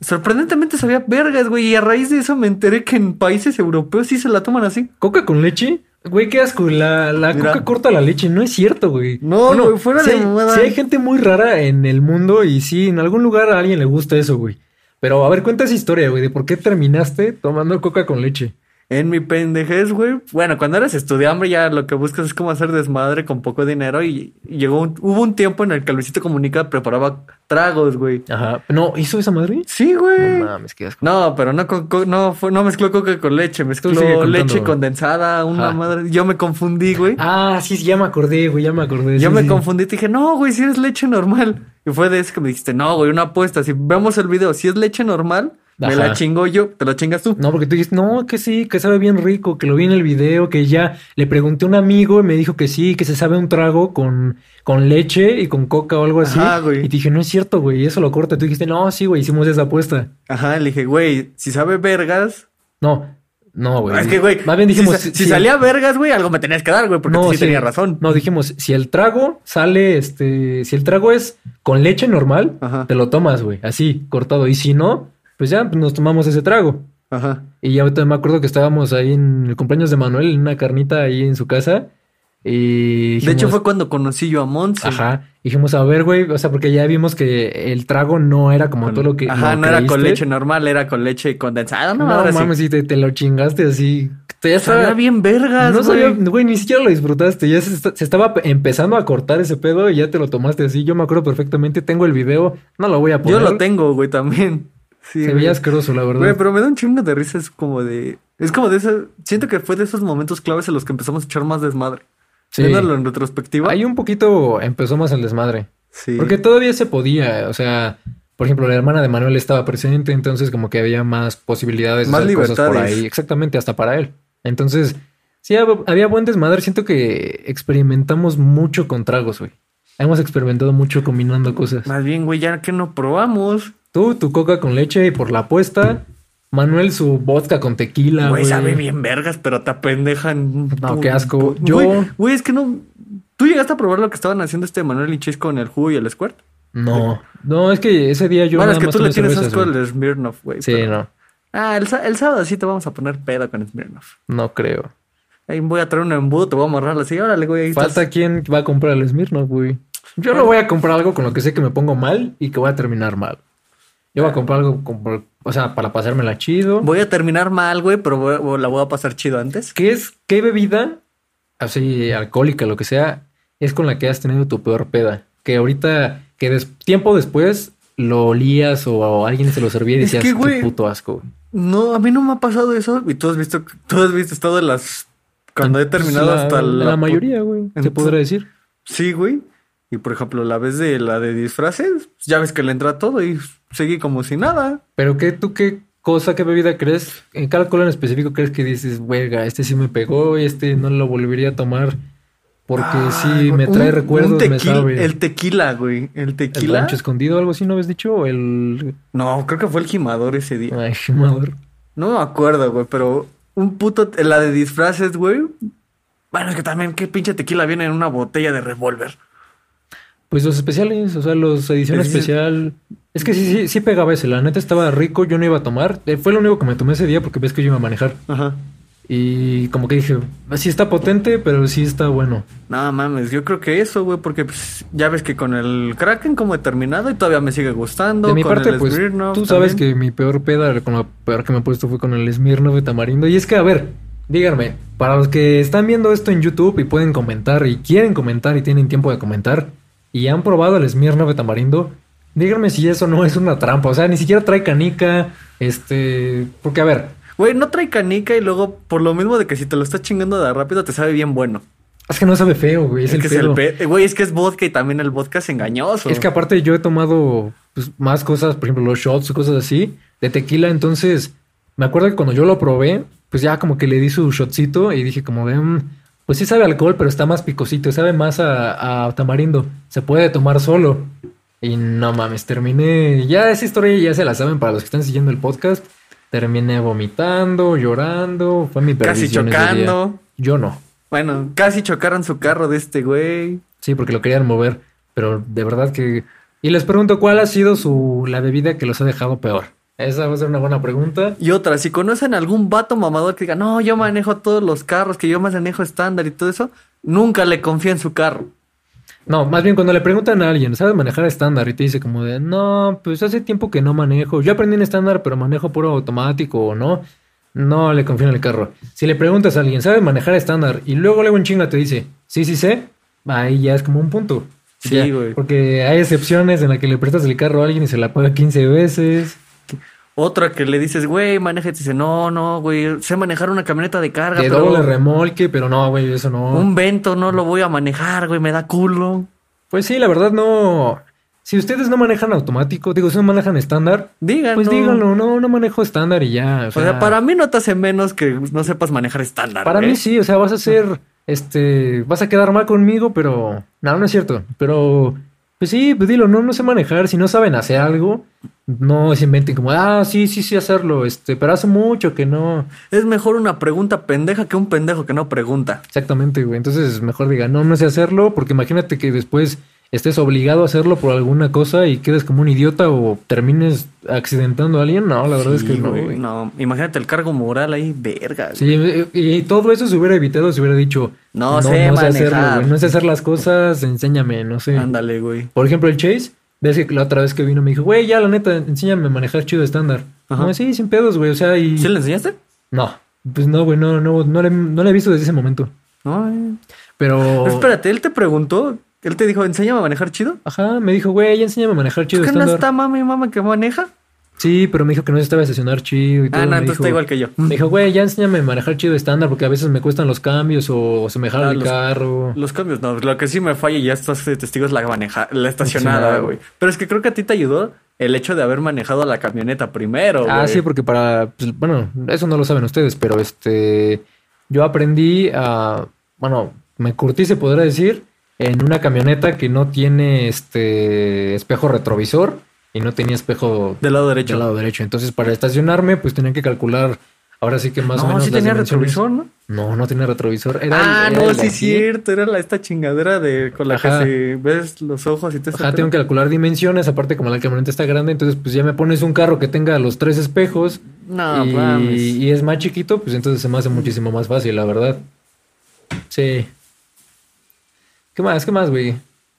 [SPEAKER 2] Sorprendentemente sabía vergas, güey. Y a raíz de eso me enteré que en países europeos sí se la toman así.
[SPEAKER 1] ¿Coca con leche? Güey, qué asco. La, la
[SPEAKER 2] Mira.
[SPEAKER 1] coca corta la leche. No es cierto, güey.
[SPEAKER 2] No, güey, fuera
[SPEAKER 1] sí
[SPEAKER 2] de
[SPEAKER 1] hay-
[SPEAKER 2] moda.
[SPEAKER 1] Sí hay gente muy rara en el mundo y sí, en algún lugar a alguien le gusta eso, güey. Pero a ver, cuenta esa historia, güey, de por qué terminaste tomando coca con leche.
[SPEAKER 2] En mi pendejez, güey. Bueno, cuando eres estudiante ya lo que buscas es como hacer desmadre con poco dinero. Y y llegó un- hubo un tiempo en el que Luisito Comunica preparaba tragos, güey.
[SPEAKER 1] Ajá. No, ¿hizo esa madre?
[SPEAKER 2] Sí,
[SPEAKER 1] No
[SPEAKER 2] güey. No,
[SPEAKER 1] mames, qué asco.
[SPEAKER 2] pero no, con, co- no, fue, no mezcló coca con leche, mezcló
[SPEAKER 1] sigue contando,
[SPEAKER 2] leche
[SPEAKER 1] güey.
[SPEAKER 2] condensada, una
[SPEAKER 1] Ah.
[SPEAKER 2] madre. Yo me confundí, güey.
[SPEAKER 1] Ah, sí, sí, ya me acordé, güey, ya me acordé.
[SPEAKER 2] Yo
[SPEAKER 1] sí,
[SPEAKER 2] me
[SPEAKER 1] sí.
[SPEAKER 2] confundí, te dije, no, güey, si es leche normal. Y fue de eso que me dijiste, no, güey, una apuesta. Si vemos el video, si es leche normal, me
[SPEAKER 1] Ajá.
[SPEAKER 2] la chingo yo, te la chingas tú.
[SPEAKER 1] No, porque tú dijiste, no, que sí, que sabe bien rico, que lo vi en el video, que ya le pregunté a un amigo y me dijo que sí, que se sabe un trago con, con leche y con coca o algo así.
[SPEAKER 2] Ajá, güey.
[SPEAKER 1] Y te dije, no es cierto, güey, eso lo corta. Tú dijiste, no, sí, güey, hicimos esa apuesta.
[SPEAKER 2] Ajá, le dije, güey, si sabe vergas.
[SPEAKER 1] No, no, güey.
[SPEAKER 2] es que, güey,
[SPEAKER 1] Pues Más bien dijimos,
[SPEAKER 2] si, sa- si salía vergas, güey, algo me tenías que dar, güey, porque tú sí, tenía razón.
[SPEAKER 1] No, dijimos, si el trago sale, este, si el trago es con leche normal,
[SPEAKER 2] Ajá.
[SPEAKER 1] te lo tomas, güey, así, cortado. Y si no, pues ya pues, nos tomamos ese trago.
[SPEAKER 2] Ajá.
[SPEAKER 1] Y ya ahorita me acuerdo que estábamos ahí en el cumpleaños de Manuel, en una carnita ahí en su casa. Y
[SPEAKER 2] de hecho,
[SPEAKER 1] dijimos,
[SPEAKER 2] fue cuando conocí yo a Monse.
[SPEAKER 1] Ajá. Dijimos, a ver, güey, o sea, porque ya vimos que el trago no era como
[SPEAKER 2] Con-
[SPEAKER 1] todo lo que.
[SPEAKER 2] Ajá,
[SPEAKER 1] lo
[SPEAKER 2] no era con
[SPEAKER 1] creíste.
[SPEAKER 2] leche normal, era con leche condensada. No,
[SPEAKER 1] No,
[SPEAKER 2] ahora sí.
[SPEAKER 1] mames, y te, te lo chingaste así. Te- ya
[SPEAKER 2] Sabía
[SPEAKER 1] estaba-
[SPEAKER 2] bien vergas,
[SPEAKER 1] No
[SPEAKER 2] güey.
[SPEAKER 1] sabía, güey, ni siquiera lo disfrutaste. Ya se, está- se estaba empezando a cortar ese pedo y ya te lo tomaste así. Yo me acuerdo perfectamente. Tengo el video. No lo voy a
[SPEAKER 2] Yo
[SPEAKER 1] poner.
[SPEAKER 2] lo tengo, güey, también. Sí,
[SPEAKER 1] Se
[SPEAKER 2] güey.
[SPEAKER 1] veía asqueroso, la verdad.
[SPEAKER 2] Güey, pero me da un chingo de risa. Es como de. Es como de ese. Siento que fue de esos momentos claves en los que empezamos a echar más desmadre.
[SPEAKER 1] Sí.
[SPEAKER 2] Viéndolo en retrospectiva.
[SPEAKER 1] Ahí un poquito empezó más el desmadre.
[SPEAKER 2] Sí.
[SPEAKER 1] Porque todavía se podía. O sea, por ejemplo, la hermana de Manuel estaba presente, entonces como que había más posibilidades de
[SPEAKER 2] Más
[SPEAKER 1] hacer cosas por
[SPEAKER 2] libertades.
[SPEAKER 1] ahí. Exactamente, hasta para él. Entonces, sí, hab- había buen desmadre. Siento que experimentamos mucho con tragos, güey. Hemos experimentado mucho combinando cosas.
[SPEAKER 2] Más bien, güey, ya que no probamos.
[SPEAKER 1] Tú, tu coca con leche y por la apuesta. Manuel, su vodka con tequila.
[SPEAKER 2] güey,
[SPEAKER 1] güey.
[SPEAKER 2] sabe bien vergas, pero te apendejan.
[SPEAKER 1] No, qué asco.
[SPEAKER 2] Yo.
[SPEAKER 1] Yo-
[SPEAKER 2] Güey, güey, es que no. ¿Tú llegaste a probar lo que estaban haciendo este Manuel y Chase con el jugo y el Squirt?
[SPEAKER 1] No, no, es que ese día yo.
[SPEAKER 2] bueno, es
[SPEAKER 1] nada
[SPEAKER 2] que
[SPEAKER 1] más
[SPEAKER 2] tú le
[SPEAKER 1] tomé
[SPEAKER 2] tienes
[SPEAKER 1] cervezas,
[SPEAKER 2] asco
[SPEAKER 1] güey.
[SPEAKER 2] al Smirnoff, güey.
[SPEAKER 1] Sí,
[SPEAKER 2] pero-
[SPEAKER 1] no,
[SPEAKER 2] Ah, el, sa- el sábado sí te vamos a poner pedo con Smirnoff.
[SPEAKER 1] no creo.
[SPEAKER 2] Ahí voy a traer un embudo, te voy a amarrar así. Órale, güey. ahí estás.
[SPEAKER 1] Falta quien va a comprar el Smirnoff, güey. Yo no voy a comprar algo con lo que sé que me pongo mal y que voy a terminar mal. Yo voy a comprar algo, con- por- o sea, para pasármela chido.
[SPEAKER 2] Voy a terminar mal, güey, pero voy- voy- la voy a pasar chido antes.
[SPEAKER 1] ¿Qué es, qué bebida, así alcohólica, lo que sea, es con la que has tenido tu peor peda? Que ahorita, que des- tiempo después lo olías o, o alguien se lo servía y
[SPEAKER 2] Es
[SPEAKER 1] decías,
[SPEAKER 2] que,
[SPEAKER 1] qué
[SPEAKER 2] güey,
[SPEAKER 1] puto asco. güey".
[SPEAKER 2] No, a mí no me ha pasado eso. Y tú has visto, tú has visto estado en las. Cuando he terminado
[SPEAKER 1] Pues La-
[SPEAKER 2] hasta la.
[SPEAKER 1] la,
[SPEAKER 2] pu-
[SPEAKER 1] mayoría, güey. Se
[SPEAKER 2] Entonces-
[SPEAKER 1] podrá decir.
[SPEAKER 2] Sí, güey. Y por ejemplo, la vez de la de disfraces, ya ves que le entra todo y seguí como si nada.
[SPEAKER 1] Pero qué, tú qué cosa, qué bebida crees, en cada alcohol en específico crees que dices, verga, este sí me pegó y este no lo volvería a tomar porque sí
[SPEAKER 2] Ay,
[SPEAKER 1] me
[SPEAKER 2] un-
[SPEAKER 1] trae
[SPEAKER 2] Ah, un
[SPEAKER 1] recuerdos, me
[SPEAKER 2] tequila-
[SPEAKER 1] sabe.
[SPEAKER 2] El tequila, güey. El
[SPEAKER 1] El
[SPEAKER 2] tequila.
[SPEAKER 1] rancho escondido, algo así, ¿no habías dicho? O El...
[SPEAKER 2] no, creo que fue el gimador ese día.
[SPEAKER 1] Ay, madre.
[SPEAKER 2] No me acuerdo, güey, pero un puto. La de disfraces, güey. Bueno, es que también, qué pinche tequila viene en una botella de revólver.
[SPEAKER 1] Pues los especiales, o sea, los edición
[SPEAKER 2] Es que-
[SPEAKER 1] especial. Es que sí, sí, sí pegaba ese. La neta estaba rico, yo no iba a tomar. Eh, Fue lo único que me tomé ese día porque ves que yo iba a manejar.
[SPEAKER 2] Ajá.
[SPEAKER 1] Y como que dije, sí está potente, pero sí está bueno.
[SPEAKER 2] No mames, yo creo que eso, güey, porque pues, ya ves que con el Kraken como he terminado y todavía me sigue gustando.
[SPEAKER 1] De mi
[SPEAKER 2] con
[SPEAKER 1] parte,
[SPEAKER 2] el
[SPEAKER 1] pues
[SPEAKER 2] Smirnoff
[SPEAKER 1] tú sabes
[SPEAKER 2] también.
[SPEAKER 1] que mi peor peda, con lo peor que me he puesto fue con el Smirnoff de tamarindo. Y es que, a ver, díganme, para los que están viendo esto en YouTube y pueden comentar y quieren comentar y tienen tiempo de comentar y han probado el Smirnoff de tamarindo, díganme si eso no es una trampa. O sea, ni siquiera trae canica, este... Porque, a ver,
[SPEAKER 2] Güey, no trae canica y luego, por lo mismo de que si te lo estás chingando de rápido, te sabe bien bueno.
[SPEAKER 1] es que no sabe feo, güey. Es, el
[SPEAKER 2] que
[SPEAKER 1] pedo.
[SPEAKER 2] es el pe- Güey, es que es vodka y también el vodka es engañoso.
[SPEAKER 1] Es que aparte yo he tomado pues, más cosas, por ejemplo, los shots, cosas así, de tequila. Entonces, me acuerdo que cuando yo lo probé, pues ya como que le di su shotcito y dije como de, "Mm, pues sí sabe a alcohol, pero está más picosito, sabe más a, a tamarindo. Se puede tomar solo. Y no mames, terminé, ya esa historia ya se la saben para los que están siguiendo el podcast. Terminé vomitando, llorando, fue mi
[SPEAKER 2] Casi
[SPEAKER 1] perdición ese día.
[SPEAKER 2] chocando.
[SPEAKER 1] Yo no.
[SPEAKER 2] Bueno, casi chocaron su carro de este güey.
[SPEAKER 1] Sí, porque lo querían mover, pero de verdad que... Y les pregunto, ¿cuál ha sido su la bebida que los ha dejado peor? Esa va a ser una buena pregunta.
[SPEAKER 2] Y otra, si conocen algún vato mamador que diga, no, yo manejo todos los carros, que yo manejo estándar y todo eso, nunca le confía en su carro.
[SPEAKER 1] No, más bien cuando le preguntan a alguien, ¿sabes manejar estándar? Y te dice como de, no, pues hace tiempo que no manejo. Yo aprendí en estándar, pero manejo puro automático o no. No le confío en el carro. Si le preguntas a alguien, ¿sabes manejar estándar? Y luego luego en chinga te dice, sí, sí sé. Ahí ya es como un punto.
[SPEAKER 2] Sí,
[SPEAKER 1] Ya,
[SPEAKER 2] güey.
[SPEAKER 1] Porque hay excepciones en las que le prestas el carro a alguien y se la paga 15 veces.
[SPEAKER 2] Otra que le dices, güey, maneja y te dice, no, no, güey, sé manejar una camioneta de carga,
[SPEAKER 1] Que
[SPEAKER 2] pero
[SPEAKER 1] doble remolque, pero no, güey, eso no.
[SPEAKER 2] un vento no lo voy a manejar, güey, me da culo.
[SPEAKER 1] Pues sí, la verdad no. Si ustedes no manejan automático, digo, si no manejan estándar,
[SPEAKER 2] Díganlo.
[SPEAKER 1] pues díganlo, no, no manejo estándar y ya. O
[SPEAKER 2] O sea,
[SPEAKER 1] sea,
[SPEAKER 2] para mí no te hace menos que no sepas manejar estándar. ¿eh?
[SPEAKER 1] para
[SPEAKER 2] güey.
[SPEAKER 1] mí sí, o sea, vas a ser, este, vas a quedar mal conmigo, pero no, no es cierto. Pero, pues sí, pues dilo, no, no sé manejar, si no saben hacer algo, no se inventen como, ah, sí, sí, sí hacerlo, este, pero hace mucho que no.
[SPEAKER 2] Es mejor una pregunta pendeja que un pendejo que no pregunta.
[SPEAKER 1] Exactamente, güey. Entonces, mejor diga, no, no sé hacerlo, porque imagínate que después estés obligado a hacerlo por alguna cosa y quedes como un idiota o termines accidentando a alguien. No, la verdad
[SPEAKER 2] Sí,
[SPEAKER 1] es que no,
[SPEAKER 2] güey,
[SPEAKER 1] güey.
[SPEAKER 2] no. Imagínate el cargo moral ahí, verga.
[SPEAKER 1] Sí, eh, y todo eso se hubiera evitado si hubiera dicho,
[SPEAKER 2] No sé manejar.
[SPEAKER 1] güey, no sé hacer las cosas, enséñame, no sé.
[SPEAKER 2] güey. Ándale, güey.
[SPEAKER 1] Por ejemplo, el Chase, ves que la otra vez que vino me dijo, güey, ya la neta, enséñame a manejar chido estándar.
[SPEAKER 2] Ajá.
[SPEAKER 1] No, sí, sin pedos, güey, o sea, y...
[SPEAKER 2] ¿Sí le enseñaste?
[SPEAKER 1] No, pues no, güey, no, no, no, le, no le he visto desde ese momento.
[SPEAKER 2] No, eh.
[SPEAKER 1] Pero...
[SPEAKER 2] Pero Espérate, él te preguntó, él te dijo, enséñame a manejar chido.
[SPEAKER 1] Ajá, me dijo, güey, ya enséñame a manejar
[SPEAKER 2] ¿Es
[SPEAKER 1] chido
[SPEAKER 2] que no
[SPEAKER 1] estándar.
[SPEAKER 2] está mami y mamá que maneja?
[SPEAKER 1] Sí, pero me dijo que no se estaba a estacionar chido y todo.
[SPEAKER 2] Ah, no,
[SPEAKER 1] me
[SPEAKER 2] entonces
[SPEAKER 1] dijo- "Mm,
[SPEAKER 2] está igual que yo.
[SPEAKER 1] Me dijo, güey, ya enséñame a manejar chido estándar porque a veces me cuestan los cambios o, o se me jala
[SPEAKER 2] Ah,
[SPEAKER 1] el
[SPEAKER 2] los-
[SPEAKER 1] carro.
[SPEAKER 2] Los cambios, no. Lo que sí me falla y ya estás de testigos la maneja, la estacionada,
[SPEAKER 1] Estacionada,
[SPEAKER 2] güey. Pero es que creo que a ti te ayudó el hecho de haber manejado la camioneta primero.
[SPEAKER 1] Ah,
[SPEAKER 2] güey.
[SPEAKER 1] sí, porque para. pues, bueno, eso no lo saben ustedes, pero este. Yo aprendí a. Bueno, me curtí, se podrá decir, en una camioneta que no tiene este espejo retrovisor y no tenía espejo
[SPEAKER 2] Del lado derecho.
[SPEAKER 1] del lado derecho. Entonces, para estacionarme, pues tenía que calcular. Ahora sí que más o
[SPEAKER 2] no,
[SPEAKER 1] menos.
[SPEAKER 2] sí
[SPEAKER 1] las
[SPEAKER 2] tenía
[SPEAKER 1] dimensiones.
[SPEAKER 2] retrovisor, ¿no?
[SPEAKER 1] No, no tenía retrovisor. Era
[SPEAKER 2] Ah,
[SPEAKER 1] el- era
[SPEAKER 2] no,
[SPEAKER 1] el
[SPEAKER 2] sí,
[SPEAKER 1] de
[SPEAKER 2] es
[SPEAKER 1] aquí.
[SPEAKER 2] cierto. Era la, esta chingadera de con la
[SPEAKER 1] Ajá.
[SPEAKER 2] que se ves los ojos y te
[SPEAKER 1] Ajá, tengo que calcular dimensiones, aparte como la camioneta está grande, entonces pues ya me pones un carro que tenga los tres espejos
[SPEAKER 2] No,
[SPEAKER 1] y,
[SPEAKER 2] mames.
[SPEAKER 1] y es más chiquito, pues entonces se me hace muchísimo más fácil, la verdad. Sí. ¿Qué más? ¿Qué más, güey?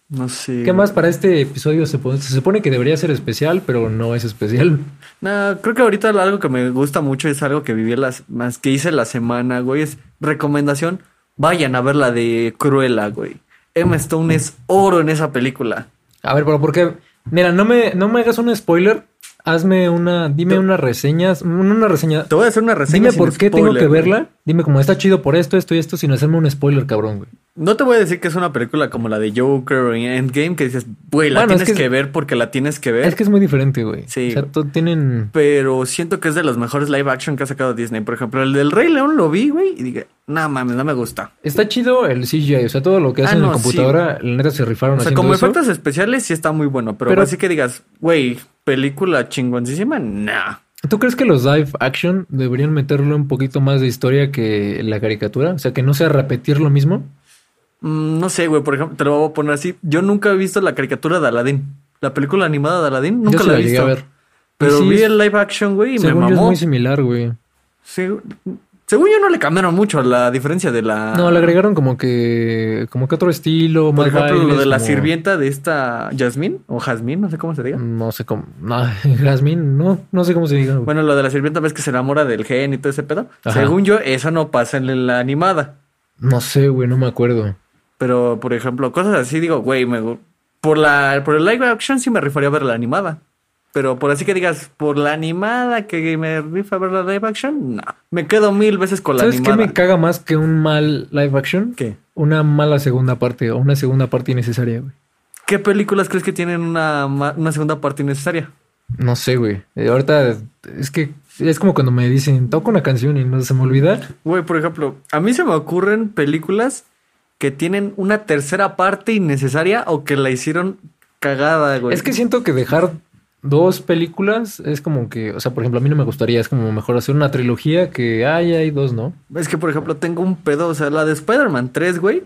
[SPEAKER 2] No sé.
[SPEAKER 1] ¿Qué
[SPEAKER 2] güey.
[SPEAKER 1] más para este episodio? Se, po- se supone que debería ser especial, pero no es especial.
[SPEAKER 2] No, creo que ahorita algo que me gusta mucho es algo que viví las más que hice la semana, güey. Es recomendación, vayan a ver la de Cruella, güey. Emma Stone es oro en esa película.
[SPEAKER 1] A ver, pero ¿por qué? Mira, no me, no me hagas un spoiler, hazme una, dime
[SPEAKER 2] Te-
[SPEAKER 1] unas reseñas, una reseña.
[SPEAKER 2] Te voy a hacer una reseña.
[SPEAKER 1] Dime
[SPEAKER 2] sin
[SPEAKER 1] por qué tengo
[SPEAKER 2] spoiler,
[SPEAKER 1] que
[SPEAKER 2] güey.
[SPEAKER 1] verla. Dime como está chido por esto, esto y esto, sin hacerme un spoiler, cabrón, güey.
[SPEAKER 2] No te voy a decir que es una película como la de Joker o Endgame que dices, güey, la
[SPEAKER 1] Bueno, es
[SPEAKER 2] tienes
[SPEAKER 1] que-
[SPEAKER 2] que, ver porque la tienes que ver.
[SPEAKER 1] Es que es muy diferente, güey.
[SPEAKER 2] ¿Eh? Sí,
[SPEAKER 1] O sea,
[SPEAKER 2] güey.
[SPEAKER 1] to- tienen.
[SPEAKER 2] Pero siento que es de los mejores live action que ha sacado Disney. Por ejemplo, el del Rey León lo vi, güey, y dije, no mames, no me gusta.
[SPEAKER 1] Está chido el CGI, o sea, todo lo que
[SPEAKER 2] Ah,
[SPEAKER 1] hacen en
[SPEAKER 2] no,
[SPEAKER 1] la
[SPEAKER 2] sí,
[SPEAKER 1] computadora, la neta se rifaron
[SPEAKER 2] O sea,
[SPEAKER 1] haciendo
[SPEAKER 2] como
[SPEAKER 1] eso.
[SPEAKER 2] efectos especiales sí está muy bueno, pero,
[SPEAKER 1] Pero-
[SPEAKER 2] así que digas, güey, película chingoncísima, nah.
[SPEAKER 1] ¿Tú crees que los live action deberían meterle un poquito más de historia que la caricatura? O sea, que no sea repetir lo mismo.
[SPEAKER 2] Mm, no sé, güey, por ejemplo, te lo voy a poner así. Yo nunca he visto la caricatura de Aladdin. La película animada de Aladdin, nunca
[SPEAKER 1] Yo sí
[SPEAKER 2] la he
[SPEAKER 1] llegué
[SPEAKER 2] visto.
[SPEAKER 1] a ver.
[SPEAKER 2] Pero
[SPEAKER 1] Y sí,
[SPEAKER 2] vi
[SPEAKER 1] es-
[SPEAKER 2] el live action, güey, y me
[SPEAKER 1] según yo es
[SPEAKER 2] mamó.
[SPEAKER 1] muy similar, güey.
[SPEAKER 2] Segu- Según yo no le cambiaron mucho la diferencia de la...
[SPEAKER 1] No, le agregaron como que. como que otro estilo,
[SPEAKER 2] Ah. Por
[SPEAKER 1] más
[SPEAKER 2] ejemplo, lo
[SPEAKER 1] bailes,
[SPEAKER 2] de la
[SPEAKER 1] como- Mm.
[SPEAKER 2] sirvienta de esta Jasmine o Jasmine, no sé cómo se diga.
[SPEAKER 1] No sé cómo. No, Jasmine, no, no sé cómo se diga. güey.
[SPEAKER 2] Bueno, lo de la sirvienta ves que se enamora del gen y todo ese pedo.
[SPEAKER 1] Ajá.
[SPEAKER 2] Según yo, eso no pasa en la animada.
[SPEAKER 1] No sé, güey, no me acuerdo.
[SPEAKER 2] Pero, por ejemplo, cosas así, digo, güey, me gu- por la por el live action sí me rifaría a ver la animada. Pero por así que digas, por la animada que me rifa ver la live action, no. Me quedo mil veces con la
[SPEAKER 1] ¿Sabes qué
[SPEAKER 2] animada.
[SPEAKER 1] me caga más que un mal live action?
[SPEAKER 2] ¿Qué?
[SPEAKER 1] Una mala segunda parte o una segunda parte innecesaria, güey.
[SPEAKER 2] ¿Qué películas crees que tienen una, ma- una segunda parte innecesaria?
[SPEAKER 1] No sé, güey. Eh, ahorita es que es como cuando me dicen, toco una canción y no se me olvida.
[SPEAKER 2] Güey, por ejemplo, a mí se me ocurren películas que tienen una tercera parte innecesaria o que la hicieron cagada, güey.
[SPEAKER 1] Es que siento que dejar dos películas es como que, o sea, por ejemplo, a mí no me gustaría, es como mejor hacer una trilogía que ay, hay dos, ¿no?
[SPEAKER 2] Es que, por ejemplo, tengo un pedo, o sea, la de Spider-Man 3, güey.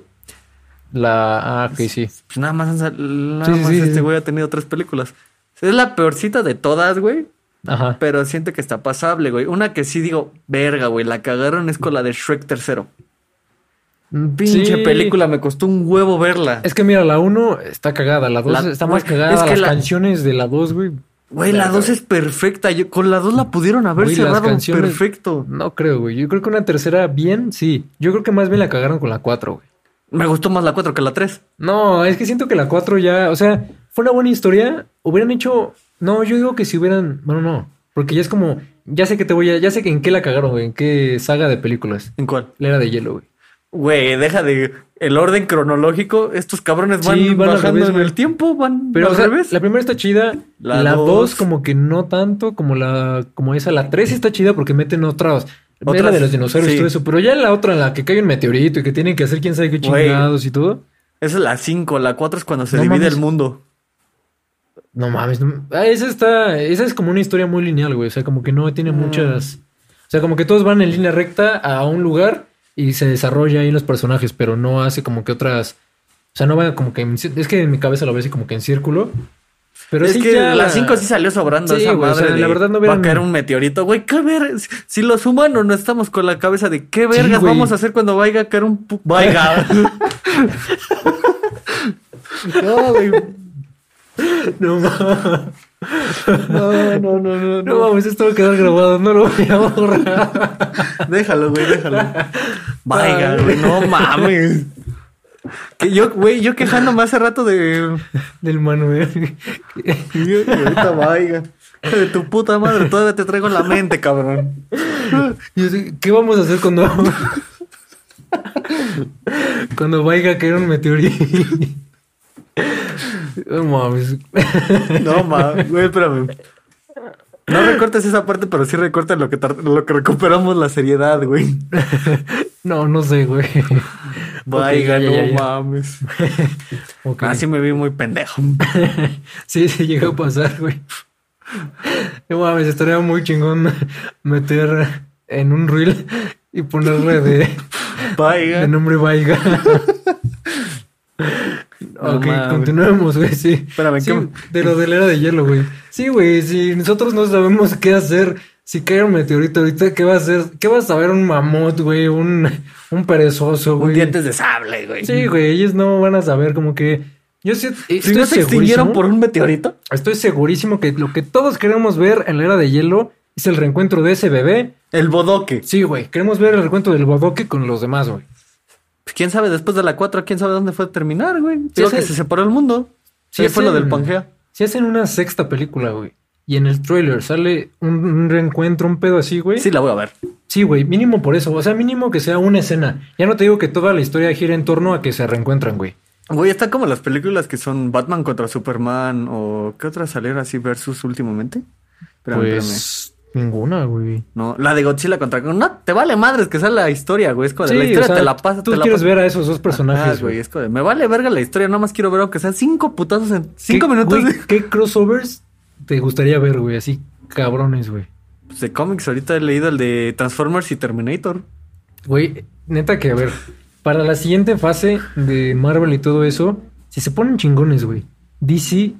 [SPEAKER 1] La, ah, ok, sí.
[SPEAKER 2] Pues nada más, han sal- nada
[SPEAKER 1] Sí, sí,
[SPEAKER 2] más
[SPEAKER 1] sí,
[SPEAKER 2] este
[SPEAKER 1] sí.
[SPEAKER 2] güey ha tenido tres películas. Es la peorcita de todas, güey.
[SPEAKER 1] Ajá.
[SPEAKER 2] Pero siento que está pasable, güey. Una que sí digo, verga, güey, la cagaron es con la de Shrek tercero. Pinche
[SPEAKER 1] Mm, Sí.
[SPEAKER 2] película, me costó un huevo verla.
[SPEAKER 1] Es que mira, la uno está cagada, la dos
[SPEAKER 2] La-
[SPEAKER 1] está más
[SPEAKER 2] güey,
[SPEAKER 1] cagada,
[SPEAKER 2] es que
[SPEAKER 1] las
[SPEAKER 2] la-
[SPEAKER 1] canciones de la dos, güey.
[SPEAKER 2] Güey, la
[SPEAKER 1] Verga,
[SPEAKER 2] dos
[SPEAKER 1] güey.
[SPEAKER 2] es perfecta. Yo- con la dos la pudieron haber
[SPEAKER 1] Güey, las
[SPEAKER 2] cerrado
[SPEAKER 1] canciones-
[SPEAKER 2] perfecto.
[SPEAKER 1] No creo, güey. Yo creo que una tercera bien, sí. Yo creo que más bien la cagaron con la 4, güey.
[SPEAKER 2] Me gustó más la 4 que la 3.
[SPEAKER 1] No, es que siento que la 4 ya, o sea, fue una buena historia. Hubieran hecho, no, yo digo que si hubieran, bueno, no, porque ya es como, ya sé que te voy a, ya sé que en qué la cagaron, güey, en qué saga de películas.
[SPEAKER 2] ¿En cuál?
[SPEAKER 1] La era de hielo, güey.
[SPEAKER 2] Güey, deja de el orden cronológico. Estos cabrones van,
[SPEAKER 1] Sí, van al
[SPEAKER 2] bajando
[SPEAKER 1] revés,
[SPEAKER 2] en
[SPEAKER 1] güey.
[SPEAKER 2] el tiempo, van
[SPEAKER 1] Pero
[SPEAKER 2] al
[SPEAKER 1] o sea,
[SPEAKER 2] revés.
[SPEAKER 1] la primera está chida,
[SPEAKER 2] La
[SPEAKER 1] la
[SPEAKER 2] dos.
[SPEAKER 1] 2 como que no tanto como la como esa, la 3 está chida porque meten otras
[SPEAKER 2] Otras,
[SPEAKER 1] era de los dinosaurios y
[SPEAKER 2] sí.
[SPEAKER 1] todo eso, pero ya la otra en la que cae un meteorito y que tienen que hacer quién sabe qué
[SPEAKER 2] Güey.
[SPEAKER 1] chingados y todo.
[SPEAKER 2] Esa es la 5, la 4 es cuando se
[SPEAKER 1] No
[SPEAKER 2] divide
[SPEAKER 1] mames.
[SPEAKER 2] el mundo.
[SPEAKER 1] No mames, no- ah, esa está, esa es como una historia muy lineal, güey. O sea, como que no
[SPEAKER 2] Mm.
[SPEAKER 1] tiene muchas. O sea, como que todos van en línea recta a un lugar y se desarrolla ahí los personajes, pero no hace como que otras O sea, no va como que. en ci- Es que en mi cabeza lo veo así como que en círculo. Pero
[SPEAKER 2] es
[SPEAKER 1] sí
[SPEAKER 2] que
[SPEAKER 1] ya-
[SPEAKER 2] la 5 sí salió sobrando
[SPEAKER 1] Sí,
[SPEAKER 2] esa
[SPEAKER 1] güey, o
[SPEAKER 2] madre.
[SPEAKER 1] sea, la
[SPEAKER 2] de,
[SPEAKER 1] verdad no hubieran-
[SPEAKER 2] Va a caer un meteorito, güey. ¿Qué ver? Si- Si los humanos no estamos con la cabeza de qué vergas
[SPEAKER 1] güey.
[SPEAKER 2] vamos a hacer cuando vaya a caer un. pu- Vaya. no, güey.
[SPEAKER 1] No mames.
[SPEAKER 2] No, no, no, no.
[SPEAKER 1] No mames, esto va a quedar grabado. No lo voy a borrar.
[SPEAKER 2] Déjalo, güey, déjalo. Vaya,
[SPEAKER 1] Ay.
[SPEAKER 2] güey, no mames. Que yo, güey, yo quejándome hace rato de.
[SPEAKER 1] Del Manuel.
[SPEAKER 2] Ahorita vaya. Hijo De tu puta madre, todavía te traigo en la mente, cabrón.
[SPEAKER 1] Yo sé, ¿Qué vamos a hacer cuando. cuando vaya a caer un meteorito? No mames.
[SPEAKER 2] No mames, güey, espérame. No recortes esa parte, pero sí recortes lo que, tar- lo que recuperamos la seriedad, güey.
[SPEAKER 1] No, no sé, güey.
[SPEAKER 2] Vaya,
[SPEAKER 1] Ok, ya,
[SPEAKER 2] no
[SPEAKER 1] ya, Ah, ya.
[SPEAKER 2] mames.
[SPEAKER 1] Ok.
[SPEAKER 2] Así Ah, me vi muy pendejo.
[SPEAKER 1] Sí, sí llegó a pasar, güey. No mames, estaría muy chingón meter en un reel y ponerle de,
[SPEAKER 2] Vaya.
[SPEAKER 1] de nombre Vaiga.
[SPEAKER 2] No
[SPEAKER 1] ok,
[SPEAKER 2] mames.
[SPEAKER 1] continuemos, güey, sí.
[SPEAKER 2] Espérame,
[SPEAKER 1] Sí,
[SPEAKER 2] ¿qué-
[SPEAKER 1] de lo de la era de hielo, güey. Sí, güey, si nosotros no sabemos qué hacer, si cae un meteorito ahorita, ¿qué va a hacer? ¿Qué va a saber un mamut, güey? Un, un perezoso,
[SPEAKER 2] Un
[SPEAKER 1] güey.
[SPEAKER 2] dientes de sable, güey.
[SPEAKER 1] Sí, güey, ellos no van a saber, como que... Yo sí,
[SPEAKER 2] Si no se extinguieron por un meteorito.
[SPEAKER 1] Estoy segurísimo que lo que todos queremos ver en la era de hielo es el reencuentro de ese bebé.
[SPEAKER 2] El bodoque.
[SPEAKER 1] Sí, güey. Queremos ver el reencuentro del bodoque con los demás, güey.
[SPEAKER 2] Pues, quién sabe, después de la 4, quién sabe dónde fue a terminar, güey.
[SPEAKER 1] Sí,
[SPEAKER 2] Digo
[SPEAKER 1] sí.
[SPEAKER 2] que se separó el mundo.
[SPEAKER 1] Sí,
[SPEAKER 2] Sí, fue lo
[SPEAKER 1] hacen-
[SPEAKER 2] del Pangea.
[SPEAKER 1] Si hacen una sexta película, güey, y en el trailer sale un, un reencuentro, un pedo así, güey.
[SPEAKER 2] Sí, la voy a ver.
[SPEAKER 1] Sí, güey. Mínimo por eso. O sea, mínimo que sea una escena. Ya no te digo que toda la historia gira en torno a que se reencuentran, güey.
[SPEAKER 2] Güey, está como las películas que son Batman contra Superman o ¿qué otras salieron así versus últimamente? Espérame, espérame.
[SPEAKER 1] pues ninguna, güey.
[SPEAKER 2] No, la de Godzilla contra No, te vale madres que sea la historia, güey. Es como de
[SPEAKER 1] Sí,
[SPEAKER 2] la
[SPEAKER 1] o
[SPEAKER 2] historia
[SPEAKER 1] sea,
[SPEAKER 2] te la pasa.
[SPEAKER 1] Tú
[SPEAKER 2] te la
[SPEAKER 1] quieres
[SPEAKER 2] pasa.
[SPEAKER 1] ver a esos dos personajes,
[SPEAKER 2] Ah,
[SPEAKER 1] güey.
[SPEAKER 2] güey. Es como de, me vale verga la historia, nada más quiero ver aunque sean cinco putazos en cinco
[SPEAKER 1] ¿Qué-
[SPEAKER 2] minutos.
[SPEAKER 1] güey, ¿Qué crossovers te gustaría ver, güey? Así cabrones, güey.
[SPEAKER 2] Pues de cómics, ahorita he leído el de Transformers y Terminator.
[SPEAKER 1] Güey, neta que a ver. Para la siguiente fase de Marvel y todo eso, si se ponen chingones, güey. DC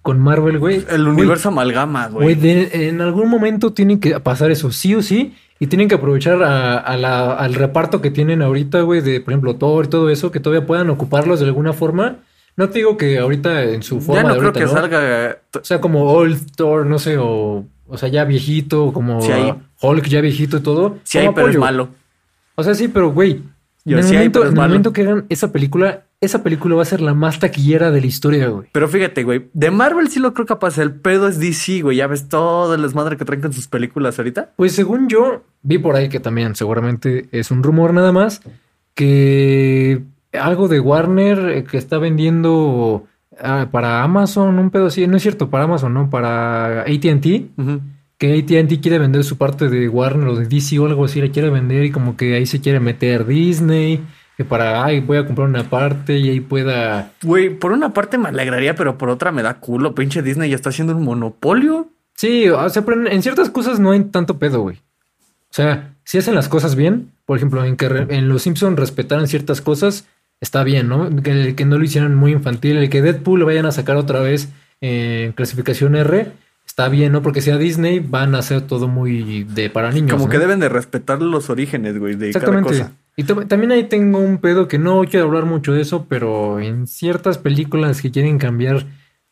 [SPEAKER 1] con Marvel, güey.
[SPEAKER 2] El
[SPEAKER 1] güey,
[SPEAKER 2] universo amalgama,
[SPEAKER 1] Güey, de- en algún momento tienen que pasar eso, sí o sí. Y tienen que aprovechar a- a la- al reparto que tienen ahorita, güey, de, por ejemplo, Thor y todo eso, que todavía puedan ocuparlos de alguna forma. No te digo que ahorita en su forma
[SPEAKER 2] Ya no
[SPEAKER 1] de
[SPEAKER 2] creo
[SPEAKER 1] ahorita,
[SPEAKER 2] que salga. eh, t-
[SPEAKER 1] O sea, como Old Thor, no sé, o, o sea, ya viejito, como
[SPEAKER 2] Sí hay.
[SPEAKER 1] Hulk ya viejito y todo.
[SPEAKER 2] Si hay,
[SPEAKER 1] como
[SPEAKER 2] pero es
[SPEAKER 1] apoyo.
[SPEAKER 2] malo.
[SPEAKER 1] O sea, sí, pero güey, en
[SPEAKER 2] Yo,
[SPEAKER 1] el,
[SPEAKER 2] sí hay,
[SPEAKER 1] momento,
[SPEAKER 2] pero es
[SPEAKER 1] en el
[SPEAKER 2] malo.
[SPEAKER 1] momento que hagan esa película, esa película va a ser la más taquillera de la historia, güey.
[SPEAKER 2] Pero fíjate, güey, de Marvel sí lo creo capaz. El pedo es DC, güey. Ya ves todo el desmadre que traen con sus películas ahorita.
[SPEAKER 1] Pues según yo, vi por ahí que también seguramente es un rumor nada más, que algo de Warner eh, que está vendiendo ah, para Amazon, un pedo así, no es cierto, para Amazon, no, para ATT.
[SPEAKER 2] Ujú.
[SPEAKER 1] que AT&T quiere vender su parte de Warner o de DC o algo así, la quiere vender y como que ahí se quiere meter Disney, que para, ay, voy a comprar una parte y ahí pueda...
[SPEAKER 2] Güey, por una parte me alegraría, pero por otra me da culo. Pinche Disney ya está haciendo un monopolio.
[SPEAKER 1] Sí, o sea, pero en, en ciertas cosas no hay tanto pedo, güey. O sea, si hacen las cosas bien, por ejemplo, en que re- en Los Simpsons respetaran ciertas cosas, está bien, ¿no? Que, el que no lo hicieran muy infantil, el que Deadpool lo vayan a sacar otra vez en clasificación R, está bien, ¿no? Porque si a Disney van a hacer todo muy de para niños.
[SPEAKER 2] Como que
[SPEAKER 1] ¿no?
[SPEAKER 2] deben de respetar los orígenes, güey, de cada
[SPEAKER 1] Exactamente.
[SPEAKER 2] cosa.
[SPEAKER 1] Y tam- también ahí tengo un pedo que no quiero hablar mucho de eso, pero en ciertas películas que quieren cambiar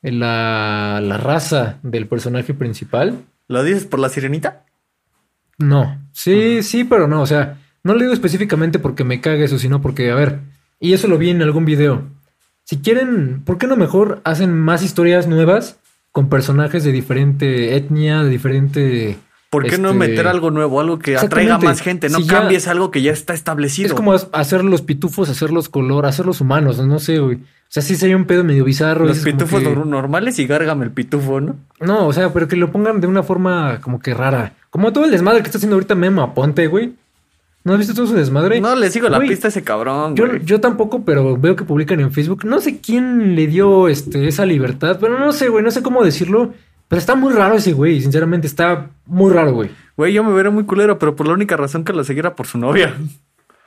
[SPEAKER 1] la, la raza del personaje principal,
[SPEAKER 2] ¿Lo dices por la sirenita?
[SPEAKER 1] no. Sí, sí, pero no. O sea, no lo digo específicamente porque me cague eso, sino porque, a ver, y eso lo vi en algún video. Si quieren, ¿por qué no mejor hacen más historias nuevas con personajes de diferente etnia, de diferente...
[SPEAKER 2] ¿Por qué no
[SPEAKER 1] este,
[SPEAKER 2] meter algo nuevo, algo que atraiga
[SPEAKER 1] Exactamente.
[SPEAKER 2] más gente? No
[SPEAKER 1] Si ya-
[SPEAKER 2] cambies algo que ya está establecido.
[SPEAKER 1] Es como as- hacer los pitufos, hacerlos color, hacerlos humanos, no sé, güey. O sea, sí sería un pedo medio bizarro.
[SPEAKER 2] los
[SPEAKER 1] dices como
[SPEAKER 2] pitufos
[SPEAKER 1] que-
[SPEAKER 2] normales y gárgame el pitufo, ¿no?
[SPEAKER 1] No, o sea, pero que lo pongan de una forma como que rara. Como todo el desmadre que está haciendo ahorita Memo Aponte, güey. ¿No has visto todo su desmadre?
[SPEAKER 2] No le sigo la
[SPEAKER 1] Güey,
[SPEAKER 2] pista a ese cabrón,
[SPEAKER 1] Yo,
[SPEAKER 2] güey.
[SPEAKER 1] yo tampoco, pero veo que publican en Facebook. No sé quién le dio este, esa libertad, pero no sé, güey, no sé cómo decirlo. Pero está muy raro ese güey, sinceramente, está muy raro, güey.
[SPEAKER 2] Güey, yo me veré muy culero, pero por la única razón que lo seguía era por su novia.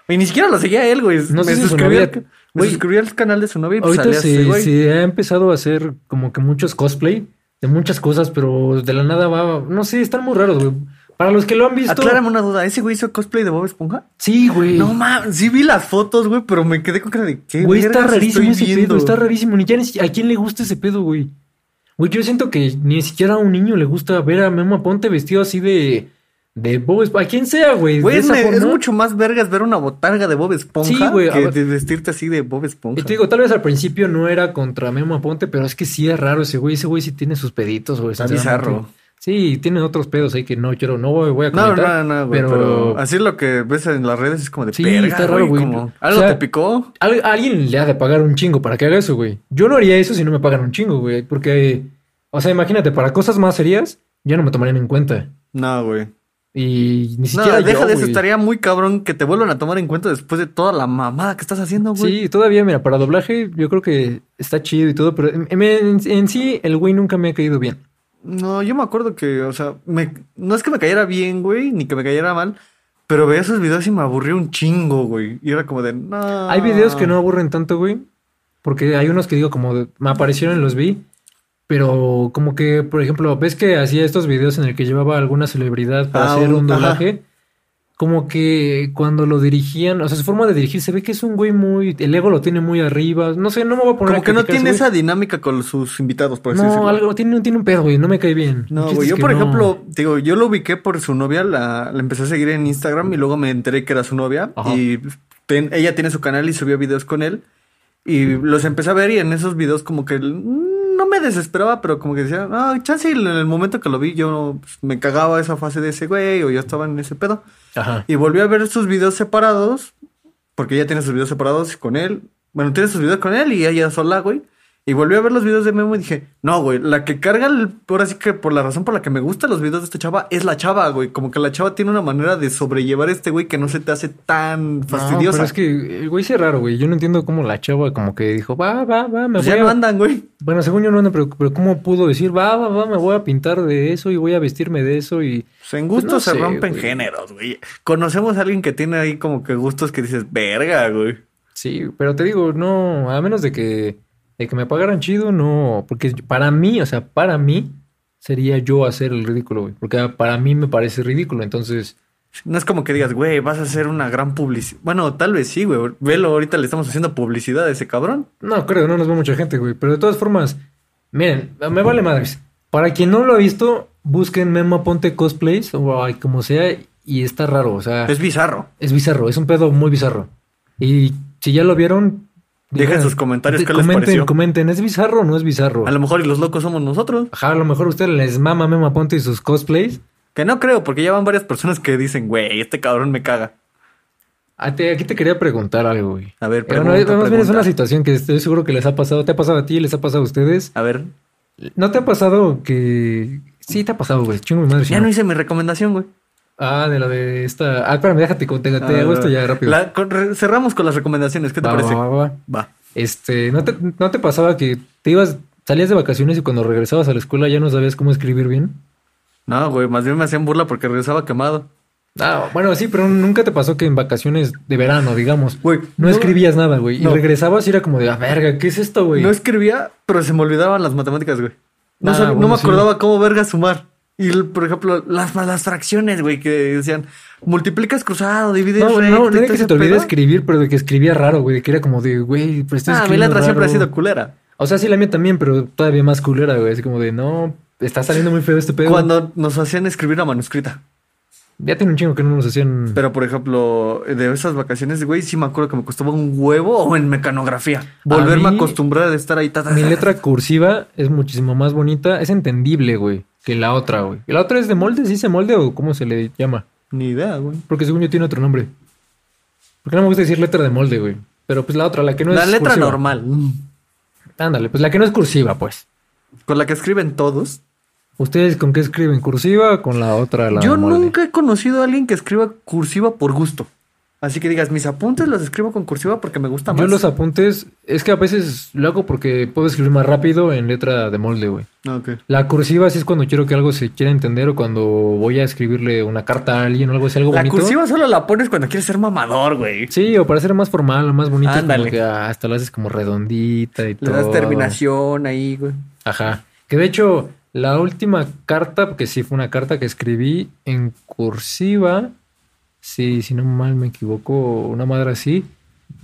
[SPEAKER 2] Y ni siquiera lo seguía a él, güey.
[SPEAKER 1] No
[SPEAKER 2] me
[SPEAKER 1] sé si su
[SPEAKER 2] suscribí
[SPEAKER 1] novia
[SPEAKER 2] al- Me
[SPEAKER 1] Güey,
[SPEAKER 2] suscribí al canal de su novia y pues
[SPEAKER 1] Ahorita
[SPEAKER 2] salía ese
[SPEAKER 1] sí,
[SPEAKER 2] güey.
[SPEAKER 1] sí, ha empezado a hacer como que muchos cosplay de muchas cosas, pero de la nada va. No sé, están muy raros, güey. Para los que lo han visto.
[SPEAKER 2] Aclárame una duda, ¿ese güey hizo cosplay de Bob Esponja?
[SPEAKER 1] Sí, güey.
[SPEAKER 2] No mames, sí vi las fotos, güey, pero me quedé con cara de qué.
[SPEAKER 1] Güey, está
[SPEAKER 2] vergas
[SPEAKER 1] rarísimo ese
[SPEAKER 2] estoy viendo?"
[SPEAKER 1] pedo, está rarísimo. Ni ya ni si- ¿A quién le gusta ese pedo, güey? Güey, yo siento que ni siquiera a un niño le gusta ver a Memo Aponte vestido así de. de Bob Esponja. A quien sea, güey. de
[SPEAKER 2] Güey, es,
[SPEAKER 1] esa
[SPEAKER 2] me-
[SPEAKER 1] forma.
[SPEAKER 2] es mucho más vergas ver una botarga de Bob Esponja
[SPEAKER 1] Sí, güey, a
[SPEAKER 2] que
[SPEAKER 1] ver.
[SPEAKER 2] de vestirte así de Bob Esponja.
[SPEAKER 1] Y te digo, tal vez al principio no era contra Memo Aponte, pero es que sí es raro ese güey. Ese güey sí tiene sus peditos, güey.
[SPEAKER 2] Está
[SPEAKER 1] sinceramente.
[SPEAKER 2] bizarro.
[SPEAKER 1] Sí, tiene otros pedos ahí que no quiero, no voy, voy a
[SPEAKER 2] no,
[SPEAKER 1] comentar.
[SPEAKER 2] no, no, güey, pero... así es lo que ves en las redes es como de
[SPEAKER 1] Sí,
[SPEAKER 2] verga,
[SPEAKER 1] está raro, güey.
[SPEAKER 2] como,
[SPEAKER 1] O
[SPEAKER 2] ¿Algo
[SPEAKER 1] sea-
[SPEAKER 2] te picó?
[SPEAKER 1] Al- alguien le ha de pagar un chingo para que haga eso, güey. Yo no haría eso si no me pagan un chingo, güey. Porque, o sea, imagínate, para cosas más serias, ya no me tomarían en cuenta.
[SPEAKER 2] No, güey.
[SPEAKER 1] Y ni
[SPEAKER 2] No,
[SPEAKER 1] siquiera. yo,
[SPEAKER 2] deja de eso,
[SPEAKER 1] güey.
[SPEAKER 2] estaría muy cabrón que te vuelvan a tomar en cuenta después de toda la mamada que estás haciendo, güey.
[SPEAKER 1] Sí, todavía, mira, para doblaje yo creo que está chido y todo, pero en, en- en sí el güey nunca me ha caído bien.
[SPEAKER 2] No, yo me acuerdo que, o sea, me- no es que me cayera bien, güey, ni que me cayera mal, pero veía esos videos y me aburría un chingo, güey. Y era como de, no.
[SPEAKER 1] Hay videos
[SPEAKER 2] Ah.
[SPEAKER 1] que no aburren tanto, güey, porque hay unos que digo como de- me aparecieron, los vi, pero como que, por ejemplo, ves que hacía estos videos en el que llevaba a alguna celebridad para
[SPEAKER 2] Ah,
[SPEAKER 1] hacer
[SPEAKER 2] un-
[SPEAKER 1] un
[SPEAKER 2] ajá.
[SPEAKER 1] doblaje, como que cuando lo dirigían, o sea, su forma de dirigir se ve que es un güey muy, el ego lo tiene muy arriba, no sé, no me voy a poner
[SPEAKER 2] Como
[SPEAKER 1] a
[SPEAKER 2] que
[SPEAKER 1] criticar a
[SPEAKER 2] no
[SPEAKER 1] ese
[SPEAKER 2] tiene
[SPEAKER 1] güey.
[SPEAKER 2] esa pues dinámica con sus invitados, por así
[SPEAKER 1] No,
[SPEAKER 2] decirlo.
[SPEAKER 1] algo, tiene, tiene un pedo, güey, no me cae bien. El
[SPEAKER 2] No,
[SPEAKER 1] chiste
[SPEAKER 2] güey,
[SPEAKER 1] es
[SPEAKER 2] yo
[SPEAKER 1] que
[SPEAKER 2] por
[SPEAKER 1] no.
[SPEAKER 2] ejemplo, digo, yo lo ubiqué por su novia, la, la empecé a seguir en Instagram y luego me enteré que era su novia
[SPEAKER 1] Ajá.
[SPEAKER 2] y ten- ella tiene su canal y subió videos con él y los empecé a ver y en esos videos como que mm, no me desesperaba, pero como que decía, ah, chance y en el momento que lo vi yo pues, me cagaba esa fase de ese güey o yo estaba en ese pedo
[SPEAKER 1] Ajá.
[SPEAKER 2] y volví a ver sus videos separados porque ella tiene sus videos separados con él, bueno, tiene sus videos con él y ella sola, güey. Y volví a ver los videos de Memo y dije, no, güey, la que carga, el- por así que por la razón por la que me gustan los videos de esta chava es la chava, güey. Como que la chava tiene una manera de sobrellevar a este güey que no se te hace tan
[SPEAKER 1] No,
[SPEAKER 2] fastidiosa.
[SPEAKER 1] pero es que el güey sí es raro, güey. Yo no entiendo cómo la chava como que dijo, va, va, va, me
[SPEAKER 2] Pues
[SPEAKER 1] voy
[SPEAKER 2] ya
[SPEAKER 1] a...
[SPEAKER 2] no andan, güey.
[SPEAKER 1] Bueno, según yo no ando, pero, pero ¿cómo pudo decir, va, va, va, me voy a pintar de eso y voy a vestirme de eso y...
[SPEAKER 2] Pues en gustos
[SPEAKER 1] no
[SPEAKER 2] se
[SPEAKER 1] sé,
[SPEAKER 2] rompen
[SPEAKER 1] güey.
[SPEAKER 2] géneros, güey. Conocemos a alguien que tiene ahí como que gustos que dices, verga, güey.
[SPEAKER 1] Sí, pero te digo, no, a menos de que, de que me pagaran chido, no, porque para mí, o sea, para mí sería yo hacer el ridículo, güey, porque para mí me parece ridículo, entonces...
[SPEAKER 2] No es como que digas, güey, vas a hacer una gran publicidad. Bueno, tal vez sí, güey. Velo, ahorita le estamos haciendo publicidad a ese cabrón.
[SPEAKER 1] No, creo, no nos ve mucha gente, güey. Pero de todas formas, miren, me vale madres. Para quien no lo ha visto, busquen Memo Aponte Cosplays o ay, como sea y está raro. O sea,
[SPEAKER 2] Es
[SPEAKER 1] es,
[SPEAKER 2] bizarro.
[SPEAKER 1] bizarro, es un pedo muy bizarro. Y si ya lo vieron...
[SPEAKER 2] Dejen
[SPEAKER 1] digan,
[SPEAKER 2] sus comentarios
[SPEAKER 1] de-
[SPEAKER 2] qué les
[SPEAKER 1] comenten,
[SPEAKER 2] pareció.
[SPEAKER 1] Comenten, ¿es bizarro o no es bizarro?
[SPEAKER 2] A lo mejor y los locos somos nosotros.
[SPEAKER 1] Ajá, a lo mejor a ustedes les mama Memo Aponte y sus cosplays.
[SPEAKER 2] Que no creo, porque ya van varias personas que dicen, güey, este cabrón me caga.
[SPEAKER 1] A Ah, te- Aquí te quería preguntar algo, güey.
[SPEAKER 2] A ver,
[SPEAKER 1] Pero no,
[SPEAKER 2] pregunta,
[SPEAKER 1] más bien es
[SPEAKER 2] pregunta.
[SPEAKER 1] una situación que estoy seguro que les ha pasado. Te ha pasado a ti, les ha pasado a ustedes.
[SPEAKER 2] A ver,
[SPEAKER 1] ¿No te ha pasado que.? Sí, te ha pasado, güey. Chingo mi madre. si
[SPEAKER 2] ya
[SPEAKER 1] no.
[SPEAKER 2] no hice mi recomendación, güey.
[SPEAKER 1] Ah, de la de esta. Ah, espérame, déjate, con- te, te
[SPEAKER 2] A ver,
[SPEAKER 1] hago esto
[SPEAKER 2] a ver.
[SPEAKER 1] ya rápido.
[SPEAKER 2] La- con- re- cerramos con las recomendaciones, ¿qué te
[SPEAKER 1] Va,
[SPEAKER 2] parece?
[SPEAKER 1] va,
[SPEAKER 2] Va.
[SPEAKER 1] va, va. Este, ¿no te, ¿no te pasaba que te ibas. Salías de vacaciones y cuando regresabas a la escuela ya no sabías cómo escribir bien?
[SPEAKER 2] No, güey, más bien me hacían burla porque regresaba quemado.
[SPEAKER 1] Ah, bueno, sí, pero nunca te pasó que en vacaciones de verano, digamos,
[SPEAKER 2] Güey,
[SPEAKER 1] no, escribías nada, güey.
[SPEAKER 2] no.
[SPEAKER 1] Y regresabas y era como de, ah, verga, ¿qué es esto, güey?
[SPEAKER 2] No escribía, pero se me olvidaban las matemáticas, güey. No,
[SPEAKER 1] Ah,
[SPEAKER 2] sab- no
[SPEAKER 1] bueno,
[SPEAKER 2] me
[SPEAKER 1] sí.
[SPEAKER 2] acordaba cómo verga sumar. Y, el- por ejemplo, las malas fracciones, güey, que decían, multiplicas cruzado, divides
[SPEAKER 1] no,
[SPEAKER 2] recto.
[SPEAKER 1] no, no
[SPEAKER 2] y
[SPEAKER 1] de
[SPEAKER 2] todo
[SPEAKER 1] que se
[SPEAKER 2] ese
[SPEAKER 1] te olvide
[SPEAKER 2] pedo.
[SPEAKER 1] escribir, pero de que escribía raro, güey. de Que era como de, güey, pero estoy
[SPEAKER 2] Ah, mi
[SPEAKER 1] escribiendo
[SPEAKER 2] letra siempre ha
[SPEAKER 1] raro".
[SPEAKER 2] sido culera.
[SPEAKER 1] O sea, sí, la mía también, pero todavía más culera, güey. Así como de, no, está saliendo muy feo este pedo.
[SPEAKER 2] Cuando nos hacían escribir a manuscrita.
[SPEAKER 1] Ya tiene un chingo que no nos hacían.
[SPEAKER 2] Pero, por ejemplo, de esas vacaciones, güey, sí me acuerdo que me costaba un huevo o en mecanografía. Volverme a,
[SPEAKER 1] mí-
[SPEAKER 2] acostumbrar a estar ahí. ta, ta,
[SPEAKER 1] Mi
[SPEAKER 2] ta.
[SPEAKER 1] letra cursiva es muchísimo más bonita, es entendible, güey, que la otra, güey. ¿La otra es de molde? ¿Sí se molde o cómo se le llama?
[SPEAKER 2] Ni idea, güey.
[SPEAKER 1] Porque según yo tiene otro nombre. Porque no me gusta decir letra de molde, güey. Pero pues la otra, la que no
[SPEAKER 2] la
[SPEAKER 1] es.
[SPEAKER 2] letra
[SPEAKER 1] cursiva.
[SPEAKER 2] normal, mm,
[SPEAKER 1] Ándale, pues la que no es cursiva, pues.
[SPEAKER 2] con la que escriben todos.
[SPEAKER 1] ¿Ustedes con qué escriben? ¿Cursiva o con la otra? La
[SPEAKER 2] Yo
[SPEAKER 1] de molde?
[SPEAKER 2] nunca he conocido a alguien que escriba cursiva por gusto. Así que digas, mis apuntes los escribo con cursiva porque me gusta más.
[SPEAKER 1] Yo los apuntes, es que a veces lo hago porque puedo escribir más rápido en letra de molde, güey.
[SPEAKER 2] Ah, ok.
[SPEAKER 1] La cursiva sí es cuando quiero que algo se quiera entender o cuando voy a escribirle una carta a alguien o algo así, algo
[SPEAKER 2] La
[SPEAKER 1] bonito.
[SPEAKER 2] cursiva solo la pones cuando quieres ser mamador, güey.
[SPEAKER 1] Sí, o para ser más formal o más bonito. es como
[SPEAKER 2] Ándale.
[SPEAKER 1] que hasta lo haces como redondita y
[SPEAKER 2] Le
[SPEAKER 1] todo.
[SPEAKER 2] das terminación ahí, güey.
[SPEAKER 1] Ajá. Que de hecho, la última carta, que sí fue una carta que escribí en cursiva, si, si no mal me equivoco, una madre así,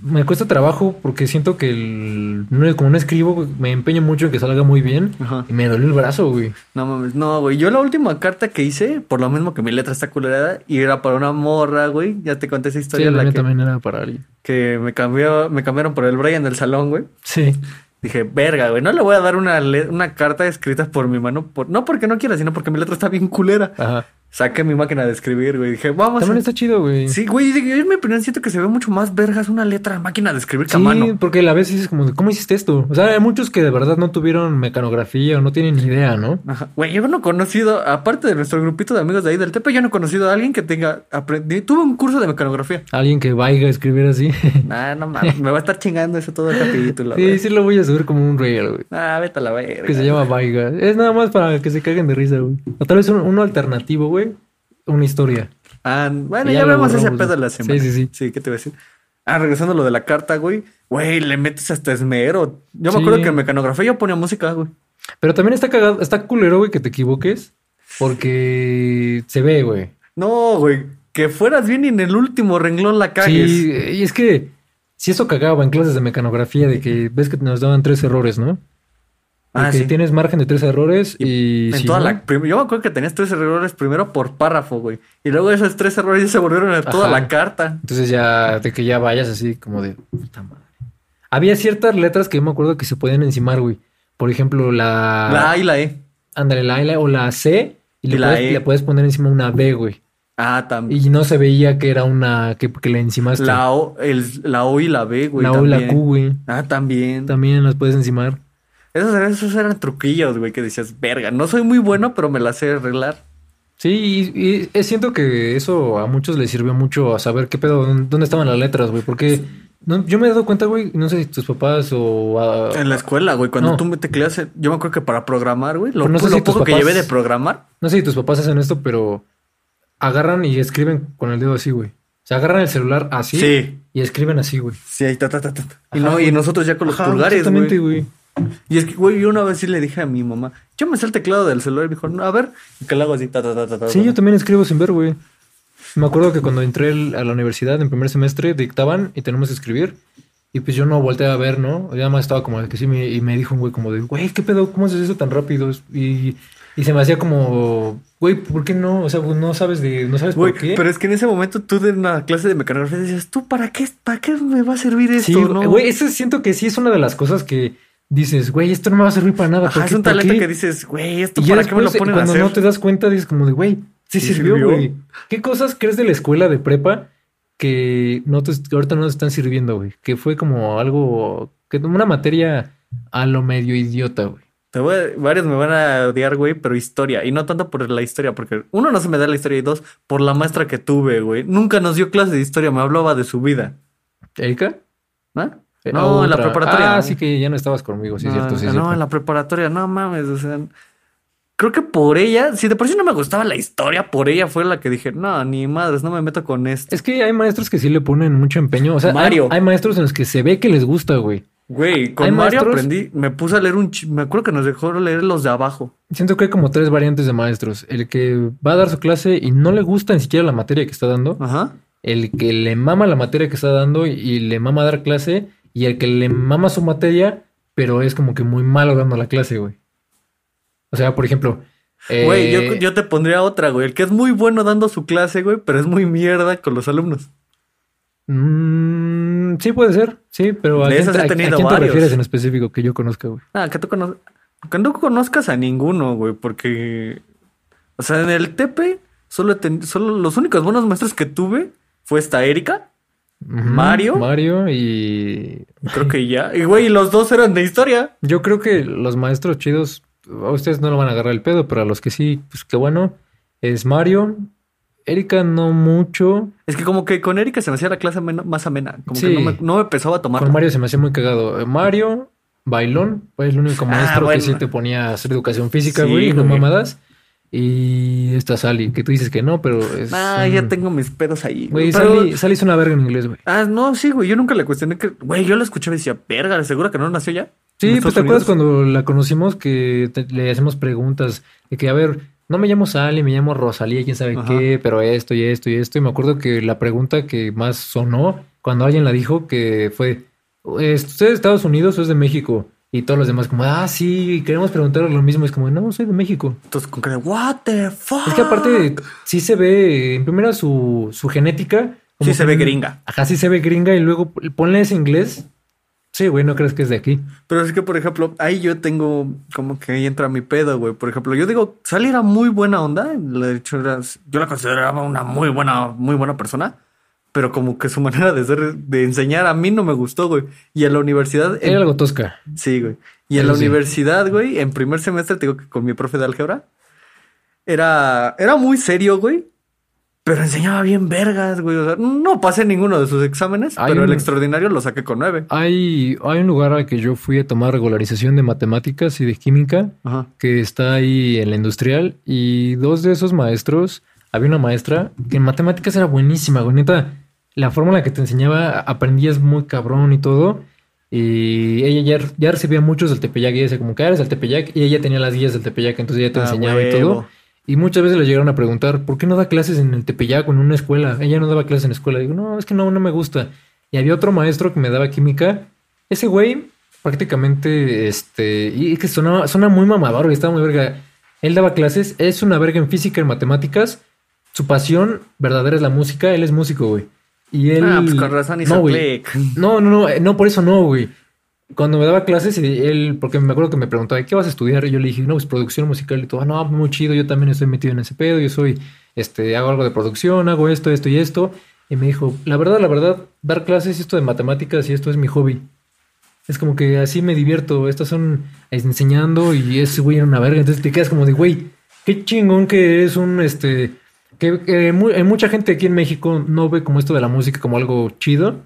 [SPEAKER 1] me cuesta trabajo porque siento que el- no, como no escribo, me empeño mucho en que salga muy bien
[SPEAKER 2] Ajá.
[SPEAKER 1] y me dolió el brazo, güey.
[SPEAKER 2] No mames, no, güey. Yo la última carta que hice, por lo mismo que mi letra está culerada, y era para una morra, güey. Ya te conté esa
[SPEAKER 1] Sí,
[SPEAKER 2] historia
[SPEAKER 1] la
[SPEAKER 2] en la
[SPEAKER 1] mía
[SPEAKER 2] que,
[SPEAKER 1] también era para alguien.
[SPEAKER 2] que me cambió, me cambiaron por el Brian del salón, güey.
[SPEAKER 1] Sí.
[SPEAKER 2] Dije, verga, güey, no le voy a dar una, le- una carta escrita por mi mano, por, no porque no quiera, sino porque mi letra está bien culera.
[SPEAKER 1] Ajá.
[SPEAKER 2] Saqué mi máquina de escribir, güey. Dije, vamos.
[SPEAKER 1] También
[SPEAKER 2] a-
[SPEAKER 1] está chido, güey.
[SPEAKER 2] Sí, güey, dije, yo en mi opinión siento que se ve mucho más vergas una letra en máquina de escribir que a
[SPEAKER 1] Sí,
[SPEAKER 2] mano.
[SPEAKER 1] porque a la vez dices como, de, ¿cómo hiciste esto? O sea, hay muchos que de verdad no tuvieron mecanografía o no tienen ni idea, ¿no?
[SPEAKER 2] Ajá. Güey, yo no he conocido, aparte de nuestro grupito de amigos de ahí del Tepe, yo no he conocido a alguien que tenga, aprendí, tuve un curso de mecanografía.
[SPEAKER 1] Alguien que vaya a escribir así.
[SPEAKER 2] Nah, no mames, me va a estar chingando eso todo el capítulo.
[SPEAKER 1] Sí,
[SPEAKER 2] güey.
[SPEAKER 1] sí lo voy a subir como un reel, güey.
[SPEAKER 2] Ah, vete a la verga.
[SPEAKER 1] Que se llama Vaiga. Es nada más para que se caguen de risa, güey. O tal vez un- uno alternativo, güey. Una historia.
[SPEAKER 2] Ah, bueno,
[SPEAKER 1] Y
[SPEAKER 2] ya,
[SPEAKER 1] ya lo
[SPEAKER 2] hablamos ese
[SPEAKER 1] borramos,
[SPEAKER 2] pedo
[SPEAKER 1] güey.
[SPEAKER 2] la semana.
[SPEAKER 1] Sí, sí, sí.
[SPEAKER 2] Sí, ¿qué te voy a decir? Ah, regresando a lo de la carta, güey. Güey, le metes hasta esmero. Yo me
[SPEAKER 1] Sí.
[SPEAKER 2] acuerdo que en mecanografía yo ponía música, güey.
[SPEAKER 1] Pero también está cagado, está culero, güey, que te equivoques. Porque se ve, güey.
[SPEAKER 2] No, güey. Que fueras bien y en el último renglón la cagues.
[SPEAKER 1] Sí, y es que si eso cagaba en clases de mecanografía, de que ves que nos daban tres errores, ¿no? De
[SPEAKER 2] Ah,
[SPEAKER 1] que
[SPEAKER 2] sí.
[SPEAKER 1] tienes margen de tres errores y.
[SPEAKER 2] En
[SPEAKER 1] si
[SPEAKER 2] toda
[SPEAKER 1] no-
[SPEAKER 2] la prim- yo me acuerdo que tenías tres errores primero por párrafo, güey. Y luego esos tres errores se volvieron a toda
[SPEAKER 1] Ajá.
[SPEAKER 2] la carta.
[SPEAKER 1] Entonces ya, de que ya vayas así como de puta madre. Había ciertas letras que yo me acuerdo que se podían encimar, güey. Por ejemplo, la.
[SPEAKER 2] La A y la E.
[SPEAKER 1] Ándale, la, la- o la C y,
[SPEAKER 2] Y
[SPEAKER 1] le,
[SPEAKER 2] la
[SPEAKER 1] puedes,
[SPEAKER 2] E.
[SPEAKER 1] le puedes poner encima una B, güey.
[SPEAKER 2] Ah, también.
[SPEAKER 1] Y no se veía que era una que, que le encimaste.
[SPEAKER 2] La O, el- la O y la B, güey.
[SPEAKER 1] La O y la
[SPEAKER 2] también.
[SPEAKER 1] Q, güey.
[SPEAKER 2] Ah, también.
[SPEAKER 1] También las puedes encimar.
[SPEAKER 2] Esos, esos eran truquillos, güey, que decías, verga, no soy muy bueno, pero me la sé arreglar.
[SPEAKER 1] Sí, y, y, eh, siento que eso a muchos les sirvió mucho a saber qué pedo, dónde dónde estaban las letras, güey. Porque no- yo me he dado cuenta, güey, no sé si tus papás o... ah,
[SPEAKER 2] En la escuela, güey, cuando
[SPEAKER 1] No.
[SPEAKER 2] tú me tecleas, eh, yo me acuerdo que para programar, güey, lo,
[SPEAKER 1] Pero no sé
[SPEAKER 2] lo
[SPEAKER 1] si tus
[SPEAKER 2] poco que
[SPEAKER 1] papás-
[SPEAKER 2] llevé de programar,
[SPEAKER 1] no sé si tus papás hacen esto, pero agarran y escriben con el dedo así, güey. O sea, agarran el celular así
[SPEAKER 2] Sí.
[SPEAKER 1] y escriben así, güey.
[SPEAKER 2] sí, ahí ta, ta, ta, ta, ta. Y,
[SPEAKER 1] Ajá,
[SPEAKER 2] no,
[SPEAKER 1] güey.
[SPEAKER 2] y nosotros ya con los
[SPEAKER 1] Ajá,
[SPEAKER 2] pulgares,
[SPEAKER 1] Exactamente,
[SPEAKER 2] güey.
[SPEAKER 1] güey.
[SPEAKER 2] Y es que, güey, yo una vez sí le dije a mi mamá, yo me sé el teclado del celular y me dijo, no, a ver, y que le hago así, ta, ta, ta, ta, ta,
[SPEAKER 1] Sí,
[SPEAKER 2] ta.
[SPEAKER 1] yo también escribo sin ver, güey. Me acuerdo que cuando entré el- a la universidad en primer semestre dictaban y tenemos que escribir. Y pues yo no volteé a ver, ¿no? Ya más estaba como de que sí, me- y me dijo un güey como de, güey, ¿qué pedo? ¿Cómo haces eso tan rápido? Y, y se me hacía como, güey, ¿por qué no? O sea, pues, no sabes de, no sabes
[SPEAKER 2] Güey,
[SPEAKER 1] por qué.
[SPEAKER 2] pero es que en ese momento tú de una clase de mecanografía decías, ¿tú para qué, para qué me va a servir esto?
[SPEAKER 1] sí,
[SPEAKER 2] no?
[SPEAKER 1] güey, eso siento que sí es una de las cosas que dices, güey, esto no me va a servir para nada.
[SPEAKER 2] Ajá,
[SPEAKER 1] ¿por
[SPEAKER 2] es
[SPEAKER 1] qué-
[SPEAKER 2] un
[SPEAKER 1] por
[SPEAKER 2] talento
[SPEAKER 1] qué?"
[SPEAKER 2] que dices, güey, ¿esto
[SPEAKER 1] Y ya
[SPEAKER 2] para qué me lo
[SPEAKER 1] después,
[SPEAKER 2] ponen a
[SPEAKER 1] cuando
[SPEAKER 2] hacer?
[SPEAKER 1] no te das cuenta, dices como de, güey, sí,
[SPEAKER 2] Sí
[SPEAKER 1] sirvió,
[SPEAKER 2] sirvió.
[SPEAKER 1] güey. ¿Qué cosas crees de la escuela de prepa que, no te, que ahorita no te están sirviendo, güey? Que fue como algo, que una materia a lo medio idiota, güey.
[SPEAKER 2] Te voy a- varios me van a odiar, güey, pero historia. Y no tanto por la historia, porque uno no se me da la historia y dos, por la maestra que tuve, güey. Nunca nos dio clase de historia, me hablaba de su vida.
[SPEAKER 1] ¿Erika?
[SPEAKER 2] ¿No?
[SPEAKER 1] Eh,
[SPEAKER 2] No, en la
[SPEAKER 1] otra.
[SPEAKER 2] preparatoria.
[SPEAKER 1] Ah, sí que ya no estabas conmigo, sí,
[SPEAKER 2] no,
[SPEAKER 1] es cierto, sí, es
[SPEAKER 2] no,
[SPEAKER 1] cierto.
[SPEAKER 2] en la preparatoria, no mames, o sea. Creo que por ella, si de por sí no me gustaba la historia, por ella fue la que dije, no, ni madres, no me meto con este". esto.
[SPEAKER 1] Es que hay maestros que sí le ponen mucho empeño. O sea, hay-
[SPEAKER 2] Mario.
[SPEAKER 1] Hay, maestros en los que se ve que les gusta, güey.
[SPEAKER 2] Güey, con
[SPEAKER 1] ¿Hay
[SPEAKER 2] Mario
[SPEAKER 1] maestros?
[SPEAKER 2] aprendí, me puse a leer un... chi- Me acuerdo que nos dejó leer los de abajo.
[SPEAKER 1] Siento que hay como tres variantes de maestros. El que va a dar su clase y no le gusta ni siquiera la materia que está dando.
[SPEAKER 2] Ajá.
[SPEAKER 1] el que le mama la materia que está dando y, y le mama dar clase, y el que le mama su materia, pero es como que muy malo dando la clase, güey. O sea, por ejemplo. eh,
[SPEAKER 2] Güey, yo, yo te pondría otra, güey. El que es muy bueno dando su clase, güey, pero es muy mierda con los alumnos.
[SPEAKER 1] mm, sí, puede ser, sí, pero ¿a
[SPEAKER 2] De
[SPEAKER 1] quién,
[SPEAKER 2] esos he
[SPEAKER 1] te- a- a
[SPEAKER 2] tenido
[SPEAKER 1] quién te
[SPEAKER 2] varios.
[SPEAKER 1] refieres en específico que yo conozca, güey?
[SPEAKER 2] Ah, que tú cono- que no conozcas a ninguno, güey, porque. O sea, en el TP, solo, ten- solo los únicos buenos maestros que tuve fue esta Erika.
[SPEAKER 1] Ujú,
[SPEAKER 2] Mario.
[SPEAKER 1] Mario y.
[SPEAKER 2] Creo que ya. Y, güey, los dos eran de historia.
[SPEAKER 1] Yo creo que los maestros chidos, a ustedes no lo van a agarrar el pedo, pero a los que sí, pues qué bueno. Es Mario, Erika no mucho.
[SPEAKER 2] Es que como que con Erika se me hacía la clase men- más amena. Como que
[SPEAKER 1] Sí.
[SPEAKER 2] no me, no me pesaba tomar.
[SPEAKER 1] Con Mario se me hacía muy cagado. Eh, Mario, Bailón, fue el único
[SPEAKER 2] Ah,
[SPEAKER 1] maestro
[SPEAKER 2] bueno.
[SPEAKER 1] que sí te ponía a hacer educación física,
[SPEAKER 2] Sí,
[SPEAKER 1] güey, no
[SPEAKER 2] güey.
[SPEAKER 1] mamadas. Y esta Sally, que tú dices que no, pero es.
[SPEAKER 2] Ah,
[SPEAKER 1] un-
[SPEAKER 2] ya tengo mis pedos
[SPEAKER 1] pues,
[SPEAKER 2] ahí.
[SPEAKER 1] mm. Güey,
[SPEAKER 2] Pero-
[SPEAKER 1] Sally, Sally es una verga en inglés, güey.
[SPEAKER 2] Ah, no, sí, güey. Yo nunca le cuestioné que. Güey, yo lo escuchaba y decía, verga, ¿seguro que no nació ya?
[SPEAKER 1] Sí,
[SPEAKER 2] ¿En
[SPEAKER 1] pues
[SPEAKER 2] Estados
[SPEAKER 1] te acuerdas
[SPEAKER 2] Unidos?
[SPEAKER 1] cuando la conocimos que te- le hacemos preguntas de que, a ver, no me llamo Sally, me llamo Rosalía, quién sabe
[SPEAKER 2] Ajá.
[SPEAKER 1] qué, pero esto y esto y esto. Y me acuerdo que la pregunta que más sonó cuando alguien la dijo que fue, "¿Es- ¿usted es de Estados Unidos o es de México? Y todos los demás como, ah, sí, queremos preguntar lo mismo. Es como, no, soy de México.
[SPEAKER 2] Entonces, con cara, de, what the fuck.
[SPEAKER 1] Es que aparte
[SPEAKER 2] Ah.
[SPEAKER 1] sí se ve, en primera su, su genética. como
[SPEAKER 2] Sí, se
[SPEAKER 1] que-
[SPEAKER 2] ve gringa.
[SPEAKER 1] Ajá, sí se ve gringa y luego ponle ese inglés. Sí, güey, no crees que es de aquí.
[SPEAKER 2] Pero es que, por ejemplo, ahí yo tengo como que ahí entra mi pedo, güey. Por ejemplo, yo digo, Sally era muy buena onda. De hecho, era- yo la consideraba una muy buena, muy buena persona. Pero como que su manera de ser, de enseñar a mí no me gustó, güey. Y en la universidad. en-
[SPEAKER 1] Era algo tosca.
[SPEAKER 2] Sí, güey. Y en la
[SPEAKER 1] Eso sí.
[SPEAKER 2] universidad, güey, en primer semestre, te digo que con mi profe de álgebra, era, era muy serio, güey. Pero enseñaba bien vergas, güey. O sea, no pasé ninguno de sus exámenes,
[SPEAKER 1] Hay
[SPEAKER 2] pero el
[SPEAKER 1] un-
[SPEAKER 2] extraordinario lo saqué con nueve.
[SPEAKER 1] Hay, hay un lugar al que yo fui a tomar regularización de matemáticas y de química
[SPEAKER 2] Ajá.
[SPEAKER 1] que está ahí en la industrial y dos de esos maestros, había una maestra que en matemáticas era buenísima, güey, neta, la fórmula que te enseñaba aprendías muy cabrón y todo y ella ya, ya recibía muchos del Tepeyac y ella decía como que "Ah, eres del Tepeyac y ella tenía las guías del Tepeyac, entonces ella te
[SPEAKER 2] Ah,
[SPEAKER 1] enseñaba y
[SPEAKER 2] huevo.
[SPEAKER 1] todo. Y muchas veces le llegaron a preguntar, ¿por qué no da clases en el Tepeyac o en una escuela? Ella no daba clases en escuela. Digo, no, es que no, no me gusta. Y había otro maestro que me daba química. Ese güey prácticamente, este, y es que sonaba, suena muy mamador, güey, estaba muy verga. Él daba clases, es una verga en física, en matemáticas. Su pasión verdadera es la música, él es músico, güey. Y él...
[SPEAKER 2] Ah, pues con razón hizo
[SPEAKER 1] no, güey.
[SPEAKER 2] click.
[SPEAKER 1] No, no, no, eh, no, por eso no, güey. Cuando me daba clases, y él, porque me acuerdo que me preguntaba, ¿qué vas a estudiar? Y yo le dije, no, pues producción musical y todo. Ah, no, muy chido, yo también estoy metido en ese pedo, yo soy, este, hago algo de producción, hago esto, esto y esto. Y me dijo, la verdad, la verdad, dar clases, esto de matemáticas y esto es mi hobby. Es como que así me divierto, estas son enseñando y ese güey era una verga. Entonces te quedas como de, güey, qué chingón que es un, este, que, que mu- eh, mucha gente aquí en México no ve como esto de la música como algo chido.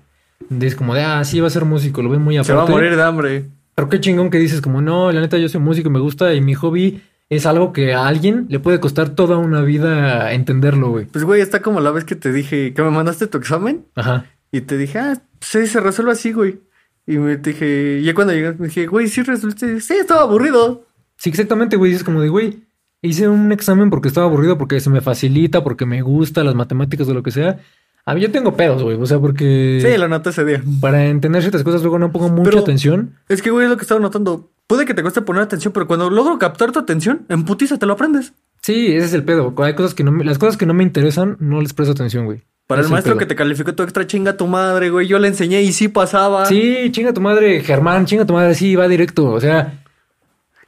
[SPEAKER 1] Es como de, ah, sí, va a ser músico, lo ven muy aparte.
[SPEAKER 2] Se va a morir de hambre.
[SPEAKER 1] Pero qué chingón que dices como, no, la neta yo soy músico y me gusta y mi hobby es algo que a alguien le puede costar toda una vida entenderlo, güey.
[SPEAKER 2] Pues, güey, está como la vez que te dije que me mandaste tu examen
[SPEAKER 1] Ajá.
[SPEAKER 2] y te dije, ah, sí, se resuelve así, güey. Y me dije, ya cuando llegaste me dije, güey, sí resolviste. Sí, estaba aburrido.
[SPEAKER 1] Sí, exactamente, güey. Dices como de, güey, hice un examen porque estaba aburrido, porque se me facilita, porque me gusta las matemáticas o lo que sea. A mí yo tengo pedos, güey. O sea, porque
[SPEAKER 2] Sí, lo noté ese día.
[SPEAKER 1] para entender ciertas cosas luego no pongo mucha
[SPEAKER 2] Pero-
[SPEAKER 1] atención.
[SPEAKER 2] Es que, güey, es lo que estaba notando. Puede que te cueste poner atención, pero cuando logro captar tu atención, en putiza te lo aprendes.
[SPEAKER 1] Sí, ese es el pedo. Hay cosas que no me- las cosas que no me interesan no les presto atención, güey.
[SPEAKER 2] Para
[SPEAKER 1] Ese es
[SPEAKER 2] el maestro
[SPEAKER 1] pedo.
[SPEAKER 2] que te calificó tu extra chinga tu madre, güey. Yo le enseñé y sí pasaba.
[SPEAKER 1] Sí, chinga tu madre, Germán, chinga tu madre, sí, va directo. O sea,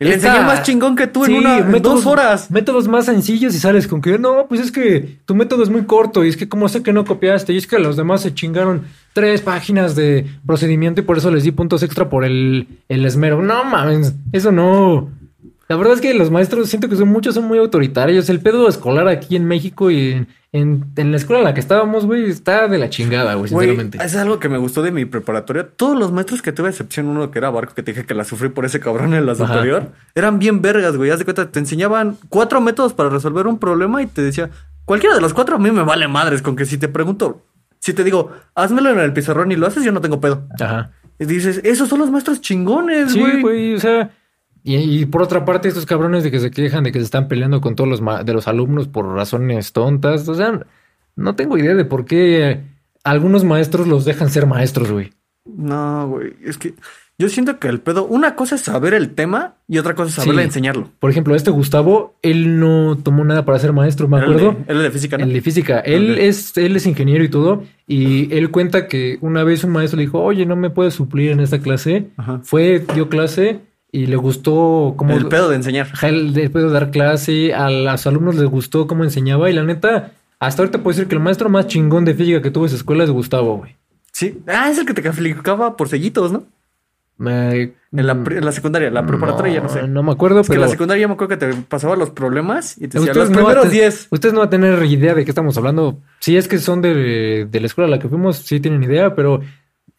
[SPEAKER 2] Y le
[SPEAKER 1] Esta-
[SPEAKER 2] enseñé más chingón que tú
[SPEAKER 1] sí,
[SPEAKER 2] en una en
[SPEAKER 1] métodos-
[SPEAKER 2] dos horas.
[SPEAKER 1] Métodos más sencillos y sales con que no, pues es que tu método es muy corto y es que como sé que no copiaste y es que los demás se chingaron tres páginas de procedimiento y por eso les di puntos extra por el, el esmero. No mames, eso no. La verdad es que los maestros siento que son muchos, son muy autoritarios. El pedo escolar aquí en México y en, en- en la escuela en la que estábamos, güey, está de la chingada, güey,
[SPEAKER 2] Güey,
[SPEAKER 1] pues, sinceramente.
[SPEAKER 2] es algo que me gustó de mi preparatoria. Todos los maestros que tuve, a excepción uno que era Barco, que te dije que la sufrí por ese cabrón en la
[SPEAKER 1] Ajá.
[SPEAKER 2] superior, eran bien vergas, güey. Haz de cuenta, te enseñaban cuatro métodos para resolver un problema y te decía, cualquiera de los cuatro a mí me vale madres, con que si te pregunto, si te digo, házmelo en el pizarrón y lo haces, yo no tengo pedo.
[SPEAKER 1] Ajá.
[SPEAKER 2] Y dices, esos son los maestros chingones, güey.
[SPEAKER 1] Sí, güey, o sea. Y, y por otra parte, estos cabrones de que se quejan de que se están peleando con todos los ma- de los alumnos por razones tontas. O sea, no tengo idea de por qué algunos maestros los dejan ser maestros, güey.
[SPEAKER 2] No, güey. Es que yo siento que el pedo, una cosa es saber el tema y otra cosa es saberle
[SPEAKER 1] Sí.
[SPEAKER 2] enseñarlo.
[SPEAKER 1] Por ejemplo, este Gustavo, él no tomó nada para ser maestro, me
[SPEAKER 2] Era el
[SPEAKER 1] acuerdo.
[SPEAKER 2] de- era el de física, ¿no?
[SPEAKER 1] El de física. Él,
[SPEAKER 2] Ok.
[SPEAKER 1] es, él es ingeniero y todo. Y él cuenta que una vez un maestro le dijo, oye, no me puedes suplir en esta clase.
[SPEAKER 2] Ajá.
[SPEAKER 1] Fue, dio clase y le gustó como...
[SPEAKER 2] El pedo de enseñar.
[SPEAKER 1] Ajá, él le pudo dar clase, a los alumnos les gustó cómo enseñaba y la neta, hasta ahorita puedo decir que el maestro más chingón de física que tuvo en esa escuela es Gustavo, güey.
[SPEAKER 2] Sí. Ah, es el que te calificaba por sellitos, ¿no?
[SPEAKER 1] Me-
[SPEAKER 2] En la, pri- en la secundaria, la preparatoria ya no sé.
[SPEAKER 1] No me acuerdo,
[SPEAKER 2] Es que en
[SPEAKER 1] pero.
[SPEAKER 2] la secundaria yo me acuerdo que te pasaba los problemas y te decía,
[SPEAKER 1] Ustedes
[SPEAKER 2] los
[SPEAKER 1] no van a
[SPEAKER 2] primeros
[SPEAKER 1] te-
[SPEAKER 2] 10.
[SPEAKER 1] Ustedes no van a tener idea de qué estamos hablando. Si es que son de, de la escuela a la que fuimos, sí tienen idea, pero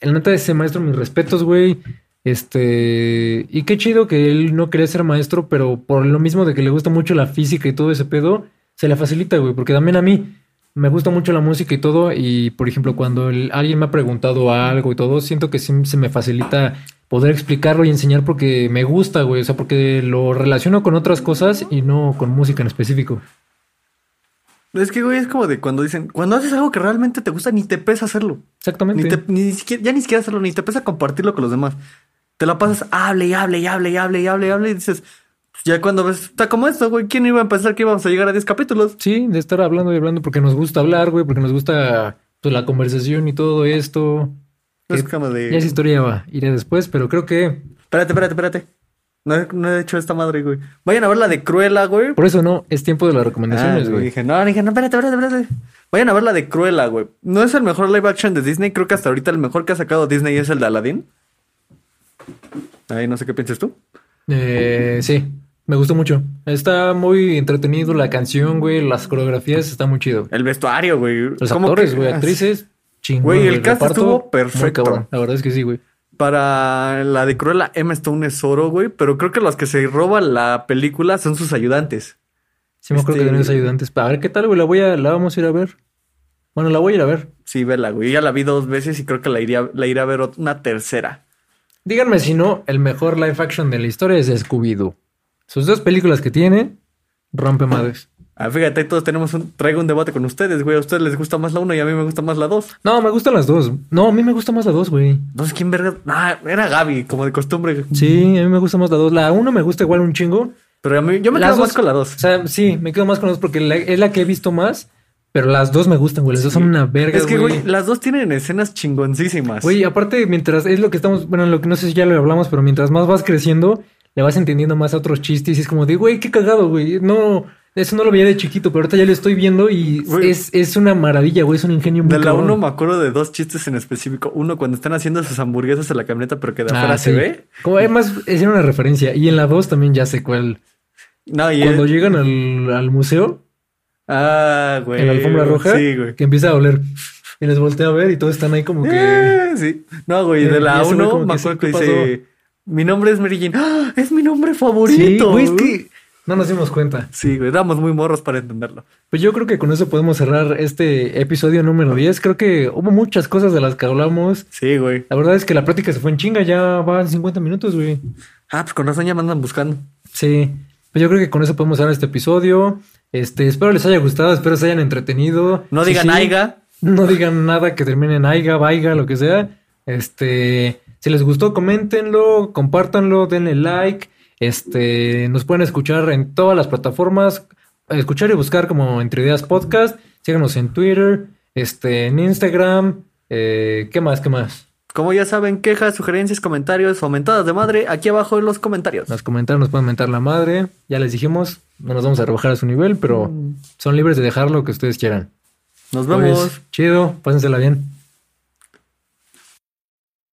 [SPEAKER 1] el neta de ese maestro, mis respetos, güey. Este. Y qué chido que él no quería ser maestro, pero por lo mismo de que le gusta mucho la física y todo ese pedo, se le facilita, güey. Porque también a mí me gusta mucho la música y todo. Y por ejemplo, cuando el- alguien me ha preguntado algo y todo, siento que sí se me facilita poder explicarlo y enseñar porque me gusta, güey. O sea, porque lo relaciono con otras cosas y no con música en específico.
[SPEAKER 2] Es que, güey, es como de cuando dicen, cuando haces algo que realmente te gusta, ni te pesa hacerlo. Ni
[SPEAKER 1] Exactamente.
[SPEAKER 2] te- ni siquiera, ya ni siquiera hacerlo, ni te pesa compartirlo con los demás. Te la pasas, hable y hable y hable y hable y hable y hable y dices, ya cuando ves, está como esto, güey, ¿quién iba a pensar que íbamos a llegar a 10 capítulos?
[SPEAKER 1] Sí, de estar hablando y hablando porque nos gusta hablar, güey, porque nos gusta pues, la conversación y todo esto.
[SPEAKER 2] Es
[SPEAKER 1] Que-
[SPEAKER 2] como de...
[SPEAKER 1] Ya esa historia va, iré después, pero creo que
[SPEAKER 2] Espérate, espérate, espérate. No, he- no he hecho esta madre, güey. Vayan a ver la de Cruella, güey.
[SPEAKER 1] por eso no, es tiempo de las
[SPEAKER 2] Ah,
[SPEAKER 1] recomendaciones, güey.
[SPEAKER 2] dije, no, dije, no, espérate, espérate, espérate. Vayan a ver la de Cruella, güey. No es el mejor live action de Disney. Creo que hasta ahorita el mejor que ha sacado Disney es el de Aladdin. Ahí no sé qué piensas tú.
[SPEAKER 1] Eh, sí, me gustó mucho. Está muy entretenido la canción, güey, las coreografías, está muy chido.
[SPEAKER 2] El vestuario, güey.
[SPEAKER 1] Los
[SPEAKER 2] Como
[SPEAKER 1] actores,
[SPEAKER 2] que-
[SPEAKER 1] güey, actrices, chingón.
[SPEAKER 2] Güey, el cast
[SPEAKER 1] reparto,
[SPEAKER 2] estuvo
[SPEAKER 1] muy
[SPEAKER 2] perfecto.
[SPEAKER 1] cabrón. La verdad es que sí, güey.
[SPEAKER 2] Para la de Cruella, Emma Stone es oro, güey. Pero creo que los que se roban la película son sus ayudantes.
[SPEAKER 1] Sí, me acuerdo que
[SPEAKER 2] Este-
[SPEAKER 1] tenemos ayudantes. A ver qué tal, güey, la voy a, la vamos a ir a ver. Bueno, la voy a ir a ver.
[SPEAKER 2] Sí, vela, güey. Ya la vi dos veces y creo que la iría, la iré a ver ot- una tercera.
[SPEAKER 1] Díganme si no, el mejor live action de la historia es Scooby-Doo. Sus dos películas que tiene, rompe madres.
[SPEAKER 2] Ah, fíjate, todos tenemos un, traigo un debate con ustedes, güey. A ustedes les gusta más la una y a mí me gusta más la dos.
[SPEAKER 1] No, me gustan las dos. No, a mí me gusta más la dos, güey.
[SPEAKER 2] No sé quién verga. Ah, era Gaby, como de costumbre.
[SPEAKER 1] Sí, a mí me gusta más la dos. La uno me gusta igual un chingo.
[SPEAKER 2] Pero a mí, yo me
[SPEAKER 1] Las
[SPEAKER 2] quedo
[SPEAKER 1] dos-
[SPEAKER 2] más con la
[SPEAKER 1] O
[SPEAKER 2] dos.
[SPEAKER 1] sea, sí, me quedo más con las dos porque la- es la que he visto más, pero las dos me gustan, güey. Las dos son una verga,
[SPEAKER 2] Es que, güey, las dos tienen escenas chingoncísimas.
[SPEAKER 1] Güey, aparte, mientras es lo que estamos, bueno, lo que no sé si ya lo hablamos, pero mientras más vas creciendo, le vas entendiendo más a otros chistes y es como de, güey, qué cagado, güey. No, eso no lo veía de chiquito, pero ahorita ya lo estoy viendo y
[SPEAKER 2] Güey.
[SPEAKER 1] es, es una maravilla, güey, es un ingenio muy
[SPEAKER 2] de la
[SPEAKER 1] cabrón.
[SPEAKER 2] uno me acuerdo de dos chistes en específico. Uno, cuando están haciendo sus hamburguesas en la camioneta, pero que de afuera
[SPEAKER 1] Ah,
[SPEAKER 2] se
[SPEAKER 1] sí.
[SPEAKER 2] ve.
[SPEAKER 1] Como además, es una referencia. Y en la 2 también ya sé cuál.
[SPEAKER 2] No, y
[SPEAKER 1] Cuando
[SPEAKER 2] es-
[SPEAKER 1] llegan al, al museo,
[SPEAKER 2] Ah, güey.
[SPEAKER 1] en la alfombra roja,
[SPEAKER 2] Sí, güey.
[SPEAKER 1] que empieza a oler. Y les voltea a ver y todos están ahí como que.
[SPEAKER 2] Eh, sí. No, güey,
[SPEAKER 1] Eh,
[SPEAKER 2] de
[SPEAKER 1] y
[SPEAKER 2] la
[SPEAKER 1] ese güey como
[SPEAKER 2] uno
[SPEAKER 1] que
[SPEAKER 2] me
[SPEAKER 1] sí,
[SPEAKER 2] acuerdo que
[SPEAKER 1] ¿qué
[SPEAKER 2] dice... Mi nombre es Mary Jane. ¡Ah! Es mi nombre favorito.
[SPEAKER 1] Sí, güey, es que no nos dimos cuenta.
[SPEAKER 2] Sí, güey, éramos muy morros para entenderlo.
[SPEAKER 1] Pues yo creo que con eso podemos cerrar este episodio número 10. Creo que hubo muchas cosas de las que hablamos.
[SPEAKER 2] Sí, güey.
[SPEAKER 1] La verdad es que la práctica se fue en chinga, ya van 50 minutos, güey.
[SPEAKER 2] Ah, pues con razón ya me andan buscando.
[SPEAKER 1] Sí. Pues yo creo que con eso podemos cerrar este episodio. Este, espero les haya gustado, espero se hayan entretenido.
[SPEAKER 2] No
[SPEAKER 1] Si
[SPEAKER 2] digan
[SPEAKER 1] sí,
[SPEAKER 2] aiga.
[SPEAKER 1] No digan nada que termine en aiga, vaiga, lo que sea. Este, si les gustó, coméntenlo, compártanlo, denle like. Este, nos pueden escuchar en todas las plataformas, escuchar y buscar como Entre Ideas Podcast. Síganos en Twitter, este, en Instagram. eh, ¿Qué más? ¿Qué más?
[SPEAKER 2] Como ya saben, quejas, sugerencias, comentarios o mentadas de madre, aquí abajo en los comentarios.
[SPEAKER 1] Nos comentar, nos pueden mentar la madre. Ya les dijimos, no nos vamos a rebajar a su nivel, pero son libres de dejar lo que ustedes quieran.
[SPEAKER 2] Nos vemos.
[SPEAKER 1] Pues, chido, pásensela bien.